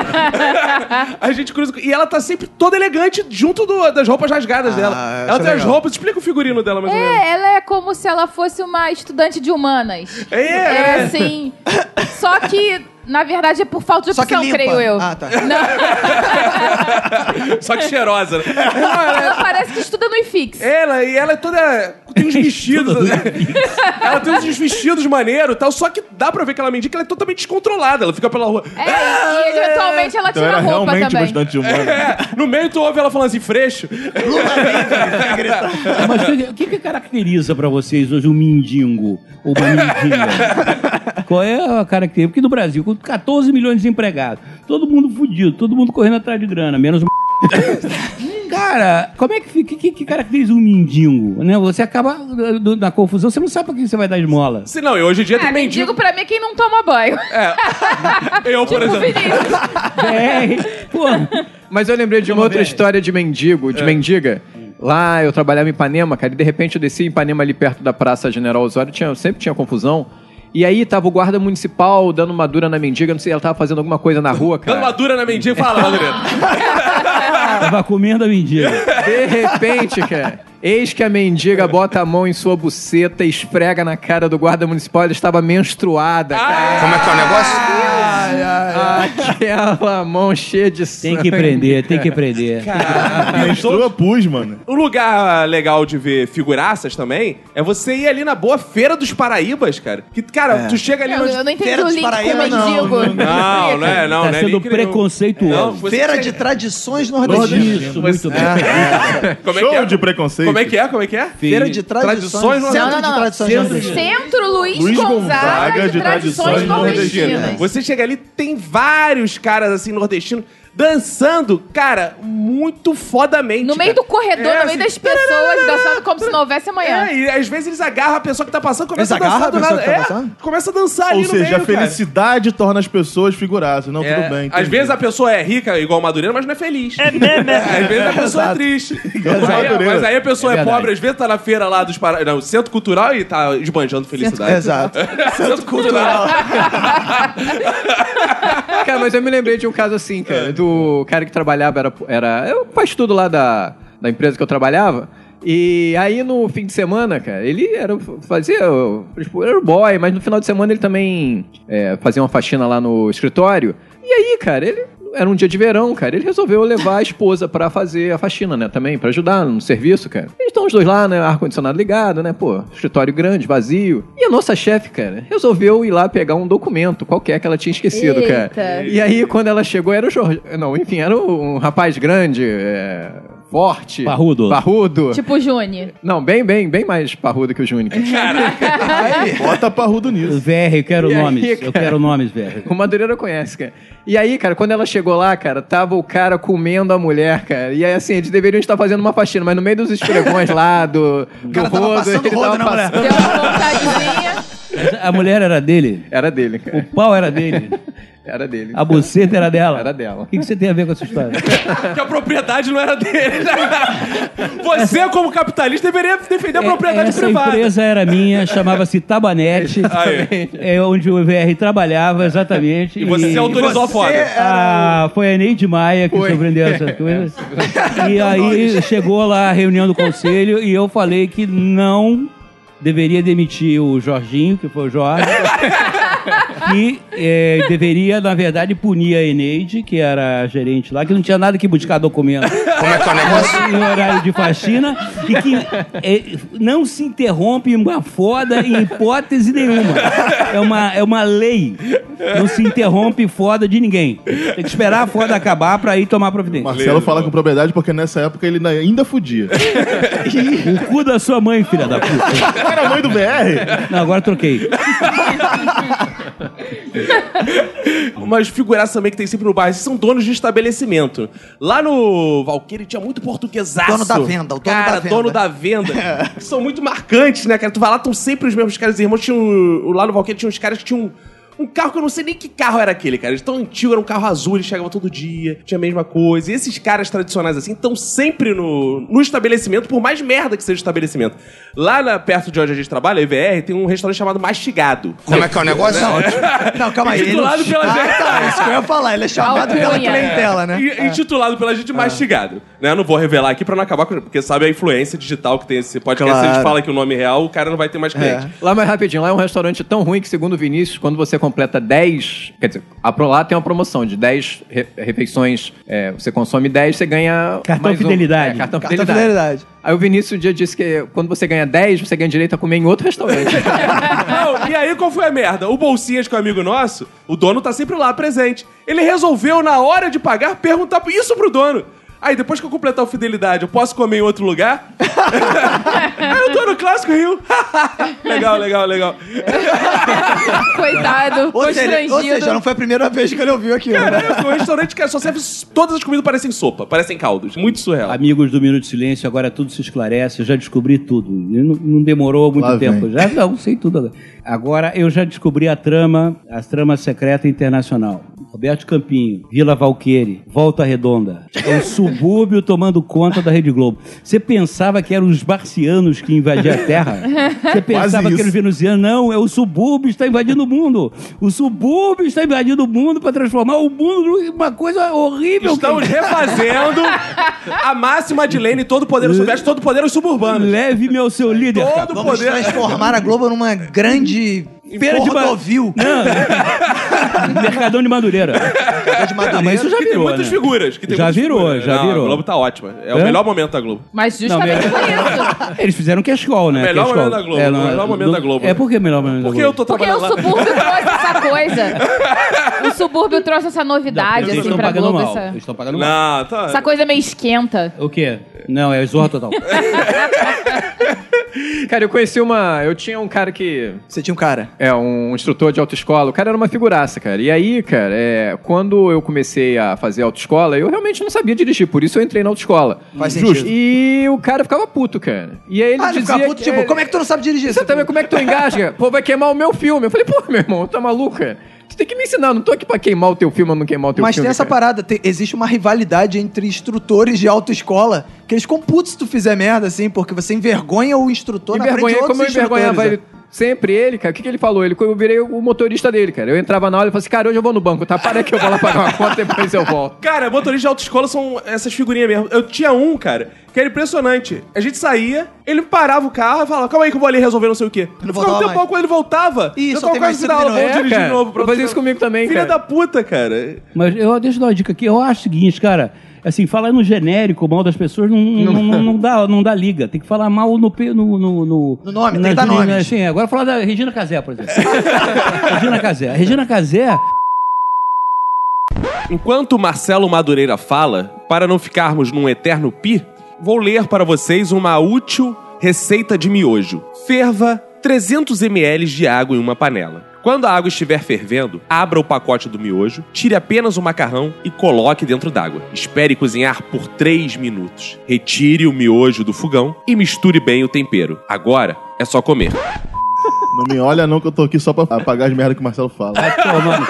Speaker 1: a gente cruza com... E ela tá tava sempre toda elegante junto do- das roupas rasgadas dela.
Speaker 2: isso é
Speaker 1: Ela tem as
Speaker 2: legal.
Speaker 1: roupas, explica o figurino dela mais ou menos.
Speaker 3: É, ela é como se ela fosse uma estudante de humanas.
Speaker 1: É,
Speaker 3: É
Speaker 1: é.
Speaker 3: assim. Só que, na verdade, é por falta de
Speaker 2: Só que
Speaker 3: opção,
Speaker 2: limpa.
Speaker 3: creio eu.
Speaker 2: Ah, tá.
Speaker 1: Só que cheirosa, né?
Speaker 3: Ela parece que estuda no IFIX.
Speaker 1: Ela, e ela é toda. Tem uns vestidos. né? ela tem uns vestidos maneiros e tal. Só que dá pra ver que ela mendiga, ela é totalmente descontrolada. Ela fica pela rua.
Speaker 3: É, e
Speaker 1: Ah,
Speaker 3: eventualmente ela
Speaker 4: Então
Speaker 3: tira
Speaker 4: era
Speaker 3: a roupa
Speaker 4: realmente
Speaker 3: também.
Speaker 4: bastante humano.
Speaker 1: É, no meio tu ouve ela falando assim, freixo.
Speaker 6: Mas o que- o que, que caracteriza pra vocês hoje um mindingo? Ou uma mindinga? Qual é a característica? Porque no Brasil, com 14 milhões de desempregados, todo mundo fudido, todo mundo correndo atrás de grana, menos o Cara, como é que fica? O que, que caracteriza um mindingo? Né? Você acaba eh, do- na confusão, você não sabe pra quem você vai dar esmola.
Speaker 1: Se não, e hoje em dia
Speaker 3: Ah,
Speaker 1: tem
Speaker 3: mendigo
Speaker 1: mendigo.
Speaker 3: pra mim é quem não toma banho.
Speaker 1: Eu, por
Speaker 3: tipo o
Speaker 1: exemplo.
Speaker 3: Vinícius.
Speaker 6: É, pô,
Speaker 5: Mas eu lembrei de uma outra história de mendigo,
Speaker 7: É.
Speaker 5: de mendiga. Lá eu trabalhava em Ipanema, cara, e de repente eu desci em Ipanema ali perto da Praça General Osório, tinha, sempre tinha confusão. E aí tava o guarda municipal dando uma dura na mendiga, não sei, ela tava fazendo alguma coisa na rua,
Speaker 1: Dando uma
Speaker 5: cara.
Speaker 1: dura na mendiga e fala, Madureira.
Speaker 6: tava comendo a mendiga.
Speaker 5: De repente, cara, eis que a mendiga bota a mão em sua buceta e esfrega na cara do guarda municipal, ela estava menstruada, cara.
Speaker 7: Como é que é o negócio?
Speaker 6: Ah,
Speaker 5: Aquela mão cheia de sangue.
Speaker 6: Tem que prender, tem que prender.
Speaker 4: Menstrua pus, mano.
Speaker 1: Um lugar legal de ver figuraças também é você ir ali na boa Feira dos Paraíbas, cara. Que, cara, tu chega ali
Speaker 3: Eu,
Speaker 1: onde...
Speaker 3: eu não entendi
Speaker 2: Feira
Speaker 3: o
Speaker 2: dos
Speaker 3: link com
Speaker 2: Paraíba, É. não,
Speaker 3: mendigo.
Speaker 1: Não, não é, não,
Speaker 6: tá
Speaker 1: não
Speaker 6: sendo
Speaker 1: é link nenhum. Não,
Speaker 6: preconceituoso.
Speaker 1: você
Speaker 2: Feira
Speaker 1: chega-
Speaker 2: de tradições nordestinas. É.
Speaker 6: Isso, muito bem.
Speaker 1: É. Como é que
Speaker 4: Show
Speaker 1: é?
Speaker 4: de preconceito.
Speaker 1: Como é que é? Como é que é?
Speaker 2: Feira de tradições.
Speaker 1: Tradições é?
Speaker 2: centro
Speaker 3: Não, não,
Speaker 2: de
Speaker 3: não.
Speaker 2: tradições nordestinas.
Speaker 3: Centro Luiz,
Speaker 4: Luiz
Speaker 3: Gonzaga,
Speaker 4: Gonzaga
Speaker 3: de
Speaker 4: de
Speaker 3: tradições
Speaker 4: tradições
Speaker 3: nordestinas.
Speaker 1: Você chega ali, tem vários caras assim nordestinos dançando, cara, muito fodamente.
Speaker 3: No meio
Speaker 1: cara.
Speaker 3: do corredor,
Speaker 1: É,
Speaker 3: no meio
Speaker 1: assim,
Speaker 3: das pessoas, dançando como se não houvesse amanhã.
Speaker 1: É, e às vezes eles agarram a pessoa que tá passando, começa
Speaker 2: Eles
Speaker 1: a
Speaker 2: agarram
Speaker 1: dançar
Speaker 2: a
Speaker 1: do nada.
Speaker 2: pessoa que tá
Speaker 1: É,
Speaker 2: passando?
Speaker 1: começa a dançar
Speaker 4: Ou
Speaker 1: ali no
Speaker 4: seja,
Speaker 1: meio,
Speaker 4: a
Speaker 1: cara.
Speaker 4: felicidade torna as pessoas figuraças. Não,
Speaker 1: É,
Speaker 4: tudo bem.
Speaker 1: às
Speaker 4: entendi.
Speaker 1: vezes a pessoa é rica igual Madureira, mas não é feliz. É, né, né? Às vezes a pessoa é triste. Aí,
Speaker 4: Madureira.
Speaker 1: mas aí a pessoa
Speaker 6: É
Speaker 1: é,
Speaker 6: verdade.
Speaker 1: pobre, às vezes tá na feira lá dos para... não, centro cultural e tá esbanjando felicidade.
Speaker 2: Exato.
Speaker 1: Centro cultural.
Speaker 5: Cara, mas eu me lembrei de um caso assim, cara. Do cara que trabalhava, era. era eu faço tudo lá da, da empresa que eu trabalhava. E aí no fim de semana, cara, ele era fazia tipo, era o boy, mas no final de semana ele também é, fazia uma faxina lá no escritório. E aí, cara, ele era um dia de verão, cara. Ele resolveu levar a esposa pra fazer a faxina, né, também, pra ajudar no serviço, cara. Eles estão os dois lá, né, ar condicionado ligado, né, pô, escritório grande, vazio. E a nossa chefe, cara, resolveu ir lá pegar um documento qualquer que ela tinha esquecido, cara.
Speaker 3: Eita.
Speaker 5: E aí, quando ela chegou, era o Jorge. Não, enfim, era um rapaz grande, é, forte.
Speaker 6: Parrudo.
Speaker 5: Parrudo.
Speaker 3: Tipo o Juni.
Speaker 5: Não, bem, bem, bem mais parrudo que o Júnior.
Speaker 4: Bota parrudo nisso.
Speaker 6: VR, eu quero
Speaker 5: E aí,
Speaker 6: nomes.
Speaker 5: cara?
Speaker 6: Eu quero nomes, VR.
Speaker 5: O Madureira conhece, cara. E aí, cara, quando ela chegou lá, cara, tava o cara comendo a mulher, cara. E aí, assim, eles deveriam estar fazendo uma faxina, mas no meio dos esfregões lá, do, do
Speaker 2: cara tava
Speaker 5: rodo,
Speaker 2: passando
Speaker 5: ele
Speaker 2: rodo
Speaker 5: tava
Speaker 2: na mulher.
Speaker 5: passando.
Speaker 3: Deu uma vontadezinha.
Speaker 6: Mas A mulher era dele?
Speaker 5: Era dele, cara.
Speaker 6: O pau era dele?
Speaker 5: Era dele.
Speaker 6: A buceta era dela?
Speaker 5: Era dela.
Speaker 6: O que, que você tem a ver com essa história?
Speaker 1: que a propriedade não era dele. Você, como capitalista, deveria defender a propriedade
Speaker 6: É, Essa
Speaker 1: privada.
Speaker 6: empresa era minha, chamava-se Tabanete.
Speaker 1: Aí.
Speaker 6: É onde o VR trabalhava, exatamente.
Speaker 1: E você se autorizou
Speaker 6: Você-
Speaker 1: fora.
Speaker 6: Ah, foi a Eneide Maia que
Speaker 5: Foi.
Speaker 6: surpreendeu essas coisas. e aí chegou lá a reunião do conselho e eu falei que não deveria demitir o Jorginho, que foi o Jorge. que eh, deveria, na verdade, punir a Eneide, que era a gerente lá, que não tinha nada que buscar documento
Speaker 7: Como é que é o negócio?
Speaker 6: em horário de faxina e que eh, não se interrompe uma foda em hipótese nenhuma. É uma, é uma lei. Não se interrompe foda de ninguém. Tem que esperar a foda acabar pra ir tomar providência.
Speaker 4: Marcelo fala com propriedade porque nessa época ele ainda fudia.
Speaker 6: O cu da sua mãe, filha da puta.
Speaker 4: Era a mãe do BR.
Speaker 6: é- Não, agora troquei.
Speaker 1: Umas figuraças também que tem sempre no bairro, esses são donos de estabelecimento. Lá no Valqueiro tinha muito portuguesaço.
Speaker 2: Dono da venda, o dono
Speaker 1: cara,
Speaker 2: da venda.
Speaker 1: dono da venda. que são muito marcantes, né, cara? Tu vai lá, estão sempre os mesmos caras. Irmãos, tinha um, lá no Valqueiro tinha uns caras que tinham um, Um carro que eu não sei nem que carro era aquele, cara. Ele tão antigo, era um carro azul, ele chegava todo dia, tinha a mesma coisa. E esses caras tradicionais assim estão sempre no, no estabelecimento, por mais merda que seja o estabelecimento. Lá na- perto de onde a gente trabalha, a EVR, tem um restaurante chamado Mastigado.
Speaker 7: Como é que é o negócio?
Speaker 2: Não, calma aí.
Speaker 1: Intitulado
Speaker 2: ele...
Speaker 1: pela
Speaker 2: ah,
Speaker 1: gente.
Speaker 2: tá, isso que eu ia falar. Ele é chamado pela
Speaker 3: Alcunha.
Speaker 2: clientela, né?
Speaker 1: E- Intitulado pela gente Mastigado. Né? Não vou revelar aqui pra não acabar com. Porque sabe a influência digital que tem esse podcast. Se a gente
Speaker 2: Claro.
Speaker 1: fala que o nome é real, o cara não vai ter mais cliente.
Speaker 5: Lá mais rapidinho, lá é um restaurante tão ruim que, segundo o Vinícius, quando você completa 10. Quer dizer, a Pro lá tem uma promoção de 10 re- refeições. é, você consome 10, você ganha.
Speaker 6: Cartão
Speaker 5: mais um.
Speaker 6: fidelidade.
Speaker 5: É, cartão,
Speaker 2: Cartão
Speaker 5: fidelidade.
Speaker 2: fidelidade.
Speaker 5: Aí o Vinícius um dia disse que quando você ganha 10, você ganha direito a comer em outro restaurante.
Speaker 1: Não, e aí qual foi a merda? O Bolsinhas, que é um amigo nosso, o dono tá sempre lá presente. Ele resolveu, na hora de pagar, perguntar isso pro dono. Aí, depois que eu completar o Fidelidade, eu posso comer em outro lugar? aí o dono clássico riu. legal, legal, legal.
Speaker 3: Coitado,
Speaker 2: Ou seja,
Speaker 3: constrangido.
Speaker 2: ou seja, não foi a primeira vez que ele ouviu aquilo. né?
Speaker 1: Caraca, um restaurante que só serve... Todas as comidas parecem sopa, parecem caldos. Muito surreal.
Speaker 6: Amigos do Minuto de Silêncio, agora tudo se esclarece. Eu já descobri tudo. E Não, não demorou muito
Speaker 4: Lá vem.
Speaker 6: tempo. Já não, sei tudo agora. Agora eu já descobri a trama, a trama secreta internacional. Roberto Campinho, Vila Valqueire, Volta Redonda. É um subúrbio tomando conta da Rede Globo. Você pensava que eram os marcianos que invadiam a Terra? Você pensava que
Speaker 4: isso.
Speaker 6: eram os venusianos? Não, é o subúrbio está invadindo o mundo. O subúrbio está invadindo o mundo para transformar o mundo em uma coisa horrível.
Speaker 1: Estamos refazendo a máxima de Lane, todo poder soviético, todo poder os suburbanos.
Speaker 6: Leve-me ao seu líder. cara.
Speaker 1: Todo
Speaker 2: Vamos
Speaker 1: poder...
Speaker 2: transformar a Globo numa grande feira de
Speaker 6: ba-
Speaker 2: Rodovil.
Speaker 6: Não. Mercadão de Madureira.
Speaker 2: Feira de Madureira.
Speaker 6: Ah, mas isso já
Speaker 1: que tem
Speaker 6: virou,
Speaker 1: muitas
Speaker 6: né?
Speaker 1: figuras. Que tem
Speaker 6: Já
Speaker 1: muitas
Speaker 6: virou,
Speaker 1: figuras.
Speaker 6: já
Speaker 1: Não,
Speaker 6: virou.
Speaker 1: A Globo tá ótima. É, o
Speaker 6: É?
Speaker 1: melhor momento da Globo.
Speaker 3: Mas justamente
Speaker 6: Não,
Speaker 3: por isso.
Speaker 6: Eles fizeram Cashcall, né?
Speaker 1: É melhor
Speaker 6: Cash
Speaker 1: momento
Speaker 6: Call.
Speaker 1: da Globo,
Speaker 6: não,
Speaker 1: melhor momento
Speaker 6: não-
Speaker 1: da Globo. né?
Speaker 6: É porque é melhor momento da
Speaker 1: Porque
Speaker 6: Globo.
Speaker 1: eu tô
Speaker 3: Porque o
Speaker 1: trabalhando lá.
Speaker 3: subúrbio trouxe essa coisa. O subúrbio trouxe essa
Speaker 6: Não,
Speaker 3: novidade,
Speaker 6: eles
Speaker 3: assim,
Speaker 6: estão
Speaker 3: pra
Speaker 6: pagando
Speaker 3: Globo.
Speaker 6: mal.
Speaker 3: Essa,
Speaker 6: Eles estão pagando mal.
Speaker 1: Não, tá.
Speaker 3: essa coisa meio esquenta.
Speaker 6: O quê? Não, é Zorra Total.
Speaker 5: cara, eu conheci uma. Eu tinha um cara que
Speaker 2: Você tinha um cara.
Speaker 5: É, um instrutor de autoescola. O cara era uma figuraça, cara. E aí, cara, é, quando eu comecei a fazer autoescola, eu realmente não sabia dirigir, por isso eu entrei na autoescola.
Speaker 2: Faz sentido.
Speaker 5: E o cara ficava puto, cara. E aí ele
Speaker 2: Ah, ele
Speaker 5: dizia
Speaker 2: ficava puto,
Speaker 5: que
Speaker 2: tipo, como é que tu não sabe dirigir?
Speaker 5: Você também, como é que tu engasga? Pô, vai queimar o meu filme. Eu falei, pô, meu irmão, tá maluco, cara? Tu tem que me ensinar, eu não tô aqui pra queimar o teu filme ou não queimar o teu
Speaker 2: Mas
Speaker 5: filme.
Speaker 2: tem essa
Speaker 5: cara.
Speaker 2: parada, tem- existe uma rivalidade entre instrutores de autoescola, que eles computam se tu fizer merda, assim, porque você envergonha o instrutor na frente de
Speaker 5: Envergonhei,
Speaker 2: outros
Speaker 5: como eu envergonhava
Speaker 2: instrutores, né?
Speaker 5: ele sempre ele, cara. O que, que ele falou? Ele, eu virei o motorista dele, cara. Eu entrava na aula e falava assim, cara, hoje eu vou no banco, tá? Para que eu vou lá pagar uma conta e depois eu volto.
Speaker 1: Cara, motorista de autoescola são essas figurinhas mesmo. Eu tinha um, cara, que era impressionante. A gente saía, ele parava o carro e falava, calma aí que eu vou ali resolver não sei o quê.
Speaker 2: não
Speaker 1: Ficava um
Speaker 2: voltava
Speaker 1: tempão
Speaker 2: mais.
Speaker 1: quando ele voltava.
Speaker 2: Ih,
Speaker 1: eu
Speaker 2: só
Speaker 1: tava
Speaker 2: tem mais
Speaker 1: quase
Speaker 2: cinco
Speaker 1: da aula,
Speaker 2: minutos.
Speaker 1: vamos dirigir
Speaker 5: É,
Speaker 1: de novo.
Speaker 5: cara. Fazia isso comigo também,
Speaker 1: Filha
Speaker 5: cara.
Speaker 1: da puta, cara.
Speaker 6: Mas eu, deixa eu dar uma dica aqui. Eu acho o seguinte, cara. Assim, falar no genérico mal das pessoas não, não, não- não dá, não dá liga. Tem que falar mal no... pe- No, no, no,
Speaker 2: No nome, tem
Speaker 6: nas
Speaker 2: que dar
Speaker 6: meninas,
Speaker 2: nomes.
Speaker 6: Assim, agora falar da Regina Casé, por exemplo. Regina Casé. A Regina Casé...
Speaker 1: Enquanto Marcelo Madureira fala, para não ficarmos num eterno pi, vou ler para vocês uma útil receita de miojo. Ferva 300 ml de água em uma panela. Quando a água estiver fervendo, abra o pacote do miojo, tire apenas o macarrão e coloque dentro d'água. Espere cozinhar por 3 minutos. Retire o miojo do fogão e misture bem o tempero. Agora é só comer.
Speaker 4: Não me olha não que eu tô aqui só pra apagar as merdas que o Marcelo fala.
Speaker 6: Tomando,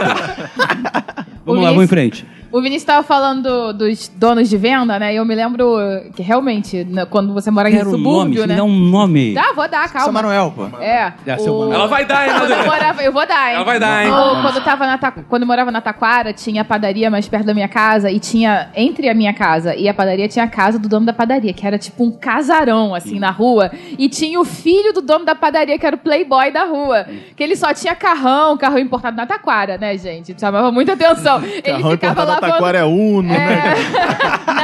Speaker 6: Vamos lá, vamos em frente.
Speaker 3: O Vinícius tava falando dos donos de venda, né? E eu me lembro que realmente, na- quando você mora em
Speaker 6: Quero um nome,
Speaker 3: subúrbio,
Speaker 6: se me
Speaker 3: né?
Speaker 6: dá um nome.
Speaker 3: Dá, vou dar,
Speaker 2: São
Speaker 3: calma.
Speaker 2: Manuel, pô.
Speaker 3: É.
Speaker 6: Dá seu
Speaker 3: o-
Speaker 6: Manuel.
Speaker 1: Ela vai
Speaker 2: É,
Speaker 1: dar, hein,
Speaker 3: Quando eu
Speaker 1: Madureira?
Speaker 3: morava, eu vou dar, hein?
Speaker 1: Ela vai dar, hein?
Speaker 3: Ou quando eu, tava na Ta- quando eu morava na Taquara, tinha a padaria mais perto da minha casa e tinha, entre a minha casa e a padaria, tinha a casa do dono da padaria, que era tipo um casarão, assim, na rua. E tinha o filho do dono da padaria, que era o playboy da rua. Que ele só tinha carrão, carrão importado na Taquara, né, gente? Chamava muita atenção. ele
Speaker 4: Carrão
Speaker 3: ficava
Speaker 4: importado
Speaker 3: lá
Speaker 4: da Taquara é Uno, né?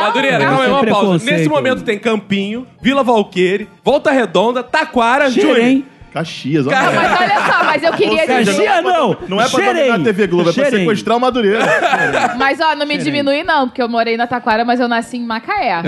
Speaker 1: Madureira, Tá, calma aí,
Speaker 6: Sem
Speaker 1: uma pausa.
Speaker 6: preconceito.
Speaker 1: Nesse momento tem Campinho, Vila Valqueire, Volta Redonda, Taquara, Júnior.
Speaker 6: Xerém.
Speaker 4: Caxias, olha.
Speaker 1: Cara,
Speaker 4: lá.
Speaker 3: Mas olha só, mas eu queria
Speaker 6: seja,
Speaker 3: dizer.
Speaker 6: Caxias não!
Speaker 4: Não é pra
Speaker 6: Xerém.
Speaker 4: dominar a TV Globo, é pra
Speaker 6: Xerém.
Speaker 4: sequestrar o Madureira.
Speaker 3: Mas ó, não me diminui, não, porque eu morei na Taquara, mas eu nasci em Macaé.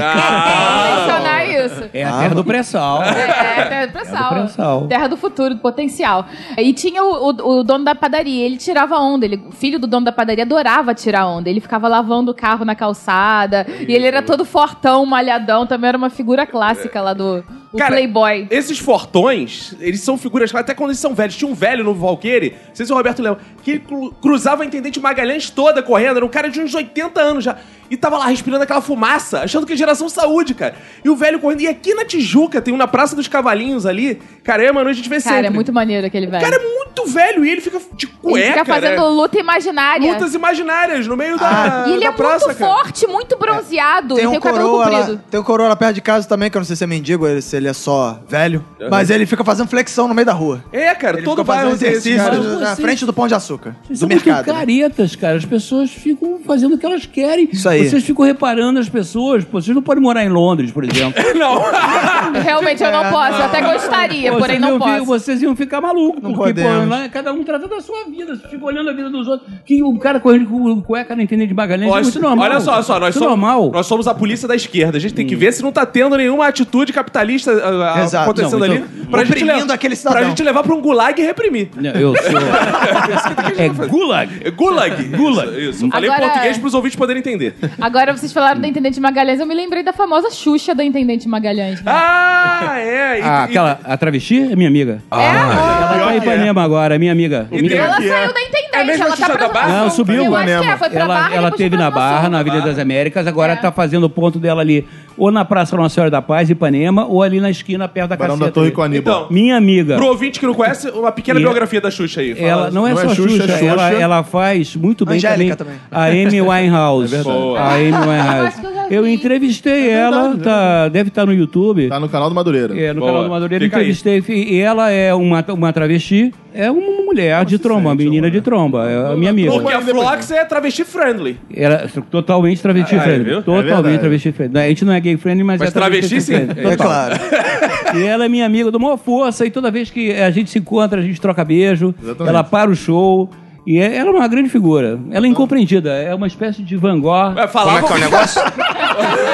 Speaker 3: Tem
Speaker 1: Ah!
Speaker 3: que mencionar isso.
Speaker 6: É a terra do pré-sal.
Speaker 3: É, terra do pré-sal.
Speaker 6: Terra do pré-sal.
Speaker 3: Terra do futuro, do potencial. E tinha o, o- o dono da padaria, ele tirava onda. Ele, o filho do dono da padaria adorava tirar onda. Ele ficava lavando o carro na calçada. E ele era todo fortão, malhadão. Também era uma figura clássica lá do, O
Speaker 1: Cara,
Speaker 3: Playboy.
Speaker 1: Esses fortões, eles são figuras, até quando eles são velhos. Tinha um velho no Valqueire, não sei se é o Roberto Leão, que ele cru- cruzava a Intendente Magalhães toda correndo, era um cara de uns 80 anos já. E tava lá respirando aquela fumaça, achando que é geração saúde, cara. E o velho correndo. E aqui na Tijuca, tem um na Praça dos Cavalinhos ali. Cara, eu, e a Manu, a gente vê
Speaker 3: Cara,
Speaker 1: sempre.
Speaker 3: é muito maneiro aquele
Speaker 1: O
Speaker 3: velho.
Speaker 1: cara é muito velho e ele fica de cueca,
Speaker 3: ele fica fazendo
Speaker 1: né?
Speaker 3: luta imaginária.
Speaker 1: Lutas imaginárias no meio da,
Speaker 3: e ele
Speaker 1: da
Speaker 3: é
Speaker 1: Ah, praça,
Speaker 3: muito
Speaker 1: cara. É,
Speaker 3: forte, muito bronzeado.
Speaker 2: Tem
Speaker 3: ele
Speaker 2: um,
Speaker 3: tem o cabelo
Speaker 2: coroa lá,
Speaker 3: comprido.
Speaker 2: tem um coroa lá perto de casa também, que eu não sei se é mendigo, ele- se ele é só velho. Mas ele fica fazendo flexão no meio da rua.
Speaker 1: É, cara,
Speaker 2: Ele
Speaker 1: todo
Speaker 2: fica fazendo
Speaker 1: bairro tem esse
Speaker 2: exercício
Speaker 1: cara.
Speaker 6: cara. é
Speaker 2: na
Speaker 6: Vocês-
Speaker 2: frente do pão de açúcar.
Speaker 6: Vocês
Speaker 2: do
Speaker 6: são muito
Speaker 2: mercado. né?
Speaker 6: caretas, cara. As pessoas ficam fazendo o que elas querem.
Speaker 2: Isso aí.
Speaker 6: Vocês ficam reparando as pessoas. Pô, vocês não podem morar em Londres, por exemplo.
Speaker 1: Não.
Speaker 3: Realmente eu
Speaker 6: É,
Speaker 3: não posso, eu até gostaria,
Speaker 6: Pô,
Speaker 3: porém
Speaker 6: vocês
Speaker 3: não
Speaker 6: iam fi-
Speaker 3: posso.
Speaker 6: vocês iam ficar malucos,
Speaker 2: Não
Speaker 6: porque pô,
Speaker 2: podemos.
Speaker 6: lá cada um trata da sua vida. Você fica olhando a vida dos outros. Que o cara correndo com cueca não entende de Magalhães é
Speaker 1: Nós-
Speaker 6: muito normal.
Speaker 1: Olha só, olha só, nós
Speaker 6: Isso é
Speaker 1: somos,
Speaker 6: normal.
Speaker 1: nós somos a polícia da esquerda. A gente tem que ver se não tá tendo nenhuma atitude capitalista ah, ah,
Speaker 2: Exato.
Speaker 1: acontecendo
Speaker 6: Não,
Speaker 1: ali.
Speaker 6: então,
Speaker 1: pra, gente
Speaker 2: oprimindo
Speaker 1: levar,
Speaker 2: aquele cidadão.
Speaker 1: pra gente levar pra um gulag e reprimir.
Speaker 6: Não, Eu sou... é gulag.
Speaker 1: tá É Gulag. Gulag. Isso. isso. Falei em
Speaker 3: Agora-
Speaker 1: português pros ouvintes poderem entender.
Speaker 3: Agora vocês falaram da Intendente Magalhães, eu me lembrei da famosa Xuxa da Intendente Magalhães. né?
Speaker 1: Ah, é. E,
Speaker 6: Ah,
Speaker 1: e-
Speaker 6: aquela, a travesti é minha amiga.
Speaker 3: é?
Speaker 6: Ela tá em Ipanema agora, é minha amiga. Minha amiga.
Speaker 1: tem-
Speaker 3: Ela
Speaker 1: que
Speaker 3: saiu
Speaker 1: é.
Speaker 3: da Intendente,
Speaker 1: É mesmo a
Speaker 3: ela tá
Speaker 1: Xuxa da
Speaker 3: pra
Speaker 1: Barra?
Speaker 6: Não, subiu.
Speaker 3: Eu acho que é, foi pra
Speaker 6: ela,
Speaker 3: Barra e
Speaker 6: ela
Speaker 3: depois
Speaker 6: teve
Speaker 3: foi
Speaker 6: na
Speaker 3: pra
Speaker 6: Barra,
Speaker 3: Sul.
Speaker 6: na Avenida das Américas, agora
Speaker 3: É.
Speaker 6: tá fazendo o ponto dela ali, ou na Praça Nossa Senhora da Paz, Ipanema, ou ali na esquina, perto da
Speaker 4: Barão
Speaker 6: Caceta.
Speaker 4: da Torre com
Speaker 1: Então,
Speaker 4: Aníbal.
Speaker 6: Minha amiga.
Speaker 1: pro ouvinte que não conhece, uma pequena
Speaker 6: E-
Speaker 1: biografia da Xuxa aí. Fala.
Speaker 6: Ela não é
Speaker 4: não é
Speaker 6: só
Speaker 4: Xuxa,
Speaker 6: Xuxa,
Speaker 4: é Xuxa.
Speaker 6: ela, ela faz muito bem
Speaker 2: Angélica
Speaker 6: também, a Amy Winehouse.
Speaker 4: É
Speaker 1: verdade.
Speaker 6: a Amy
Speaker 3: Eu
Speaker 6: Winehouse.
Speaker 3: acho que eu já vi. É
Speaker 6: Eu entrevistei ela, tá, deve estar no YouTube.
Speaker 4: Tá no canal do Madureira.
Speaker 6: É, no
Speaker 1: Boa.
Speaker 6: canal do Madureira
Speaker 1: Fica aí.
Speaker 6: entrevistei. E ela é uma, uma travesti, é uma mulher de tromba, uma menina de tromba, é a minha amiga.
Speaker 1: Porque a Flox é travesti friendly.
Speaker 6: Era totalmente travesti
Speaker 1: Ah, é,
Speaker 6: friendly.
Speaker 1: viu? É
Speaker 6: totalmente
Speaker 4: verdade.
Speaker 6: travesti friendly. A gente não é gay friendly, mas,
Speaker 1: Mas
Speaker 6: é travesti,
Speaker 1: travesti, sim.
Speaker 6: friendly.
Speaker 2: É
Speaker 6: Total.
Speaker 2: claro.
Speaker 6: E ela é minha amiga do maior força, e toda vez que a gente se encontra, a gente troca beijo,
Speaker 4: Exatamente.
Speaker 6: ela para o show. E é- ela é uma grande figura. Ela é incompreendida, é uma espécie de Van Gogh.
Speaker 1: Então-
Speaker 7: Como
Speaker 1: Vai falar
Speaker 7: é que é o negócio?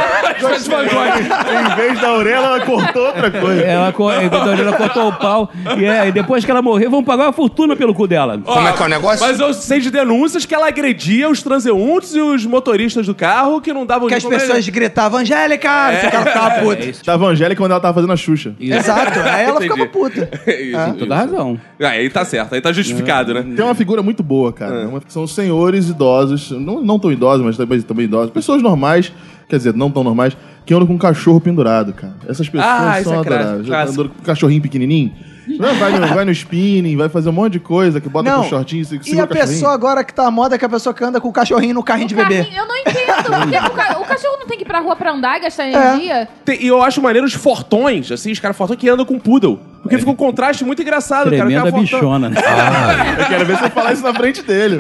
Speaker 1: É.
Speaker 4: em vez da orelha, ela cortou outra coisa.
Speaker 6: Ela, co- ela cortou o pau. E, é, e depois que ela morrer, vão pagar uma é fortuna pelo cu dela.
Speaker 7: Como é que é o negócio?
Speaker 1: Mas eu sei de denúncias que ela agredia os transeuntes e os motoristas do carro que não davam É.
Speaker 2: Porque as
Speaker 1: jeito pra ele.
Speaker 2: pessoas gritavam, Angélica! não sei o que, ela ficava puta.
Speaker 4: Da evangélica quando ela tava fazendo a Xuxa.
Speaker 2: Exato, aí ela ficava
Speaker 1: Entendi.
Speaker 2: puta.
Speaker 1: Isso,
Speaker 6: Tem toda razão.
Speaker 1: Ah, aí tá certo, aí tá justificado,
Speaker 2: Hum.
Speaker 1: né?
Speaker 4: Tem uma figura muito boa, cara. Uma- São senhores idosos, não, não tão idosos, mas também, também idosos. Pessoas normais, quer dizer, não tão normais, que andam com um cachorro pendurado, cara. Essas pessoas
Speaker 1: Ah, isso
Speaker 4: são
Speaker 1: é
Speaker 4: adoráveis.
Speaker 1: clássico, clássico.
Speaker 4: Andam com um cachorrinho pequenininho. Não, Vai no, vai no spinning, vai fazer um monte de coisa, que bota com um shortinho, se-
Speaker 2: e
Speaker 4: segura
Speaker 2: a
Speaker 4: o cachorrinho.
Speaker 2: pessoa agora que tá à moda é que a pessoa que anda com o cachorrinho no carrinho de
Speaker 3: O carrinho-
Speaker 2: bebê.
Speaker 3: Eu não entendo. porque o, ca- o cachorro não tem que ir pra rua pra andar e
Speaker 1: É.
Speaker 3: gastar energia?
Speaker 1: Tem- e eu acho maneiro os fortões, assim, os caras fortões que andam com poodle. Porque fica um contraste muito engraçado, cara.
Speaker 6: É. Tremenda
Speaker 1: o cara fortão.
Speaker 6: bichona. né?
Speaker 4: Eu quero ver você falar isso na frente dele.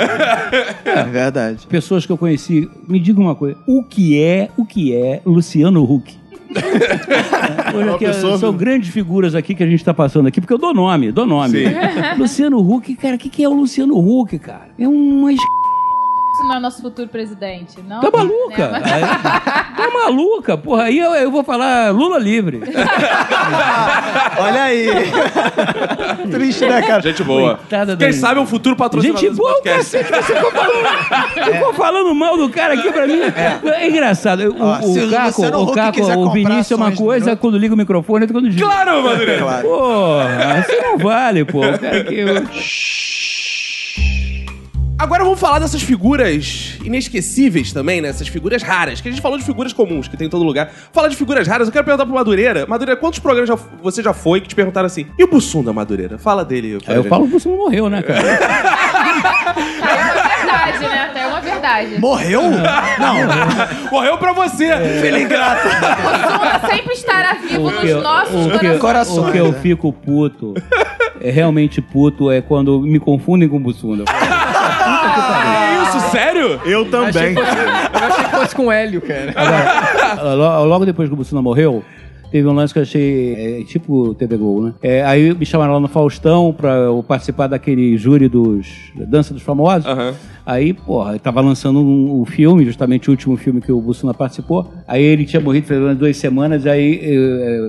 Speaker 2: É verdade.
Speaker 6: Pessoas que eu conheci, me diga uma coisa. O que é, o que é Luciano Huck? Hoje
Speaker 4: É Uma
Speaker 6: aqui,
Speaker 4: pessoa-
Speaker 6: são grandes figuras aqui que a gente tá passando aqui, porque eu dou nome, dou nome. Luciano Huck, cara, o que, que é o Luciano Huck, cara? É uma es...
Speaker 3: Isso não é nosso futuro presidente, não?
Speaker 6: Tá maluca?
Speaker 3: Né?
Speaker 6: Aí- tá maluca? Porra, aí eu, eu vou falar Lula livre.
Speaker 2: Olha aí. Triste, né, cara?
Speaker 1: Gente boa.
Speaker 6: Coitada da
Speaker 1: Quem
Speaker 6: minha.
Speaker 1: sabe é um futuro patrocinador
Speaker 6: Gente
Speaker 1: desse
Speaker 6: boa, o
Speaker 1: podcast.
Speaker 6: cacete, você ficou falando, ficou
Speaker 2: É.
Speaker 6: falando mal do cara aqui pra mim. É, engraçado. O,
Speaker 2: Ó, se
Speaker 6: o,
Speaker 2: o
Speaker 6: Caco,
Speaker 2: Luciano
Speaker 6: o,
Speaker 2: Huck
Speaker 6: Caco,
Speaker 2: quiser
Speaker 6: o
Speaker 2: comprar
Speaker 6: Vinícius é uma
Speaker 2: ações do
Speaker 6: coisa,
Speaker 2: Minuto-
Speaker 6: quando liga o microfone, outro quando desliga.
Speaker 1: Claro, Madureira.
Speaker 2: Claro.
Speaker 6: Porra, isso não vale, pô. Cara, que eu-
Speaker 1: Agora vamos falar dessas figuras inesquecíveis também, né? Essas figuras raras. Que a gente falou de figuras comuns, que tem em todo lugar. Falar de figuras raras, eu quero perguntar pro Madureira. Madureira, quantos programas já- você já foi que te perguntaram assim? E o Bussunda, Madureira? Fala dele. pra
Speaker 6: Aí eu
Speaker 1: gente.
Speaker 6: falo que você não morreu, né, cara?
Speaker 3: Tá, é uma verdade, né? Tá, é uma verdade.
Speaker 2: Morreu?
Speaker 1: Morreu pra você.
Speaker 6: É.
Speaker 1: Feliz graça.
Speaker 3: Bussunda sempre estará vivo
Speaker 6: O que eu-
Speaker 3: nos nossos
Speaker 6: o que
Speaker 3: corações.
Speaker 6: eu-
Speaker 2: Corações,
Speaker 6: O que eu
Speaker 2: né?
Speaker 6: fico puto, é realmente puto, é quando me confundem com o Bussunda.
Speaker 1: Que isso, sério?
Speaker 4: Eu também.
Speaker 5: Eu achei que fosse com Hélio, cara.
Speaker 6: Lo- Logo depois que o Bussunda morreu, teve um lance que eu achei é, tipo TV Gol, né? É, aí me chamaram lá no Faustão pra eu participar daquele júri dos da Dança dos Famosos.
Speaker 1: Aham.
Speaker 6: Aí, porra, eu tava lançando um- o filme, justamente o último filme que o Bussunda participou. Aí ele tinha morrido faz umas duas semanas, aí eh,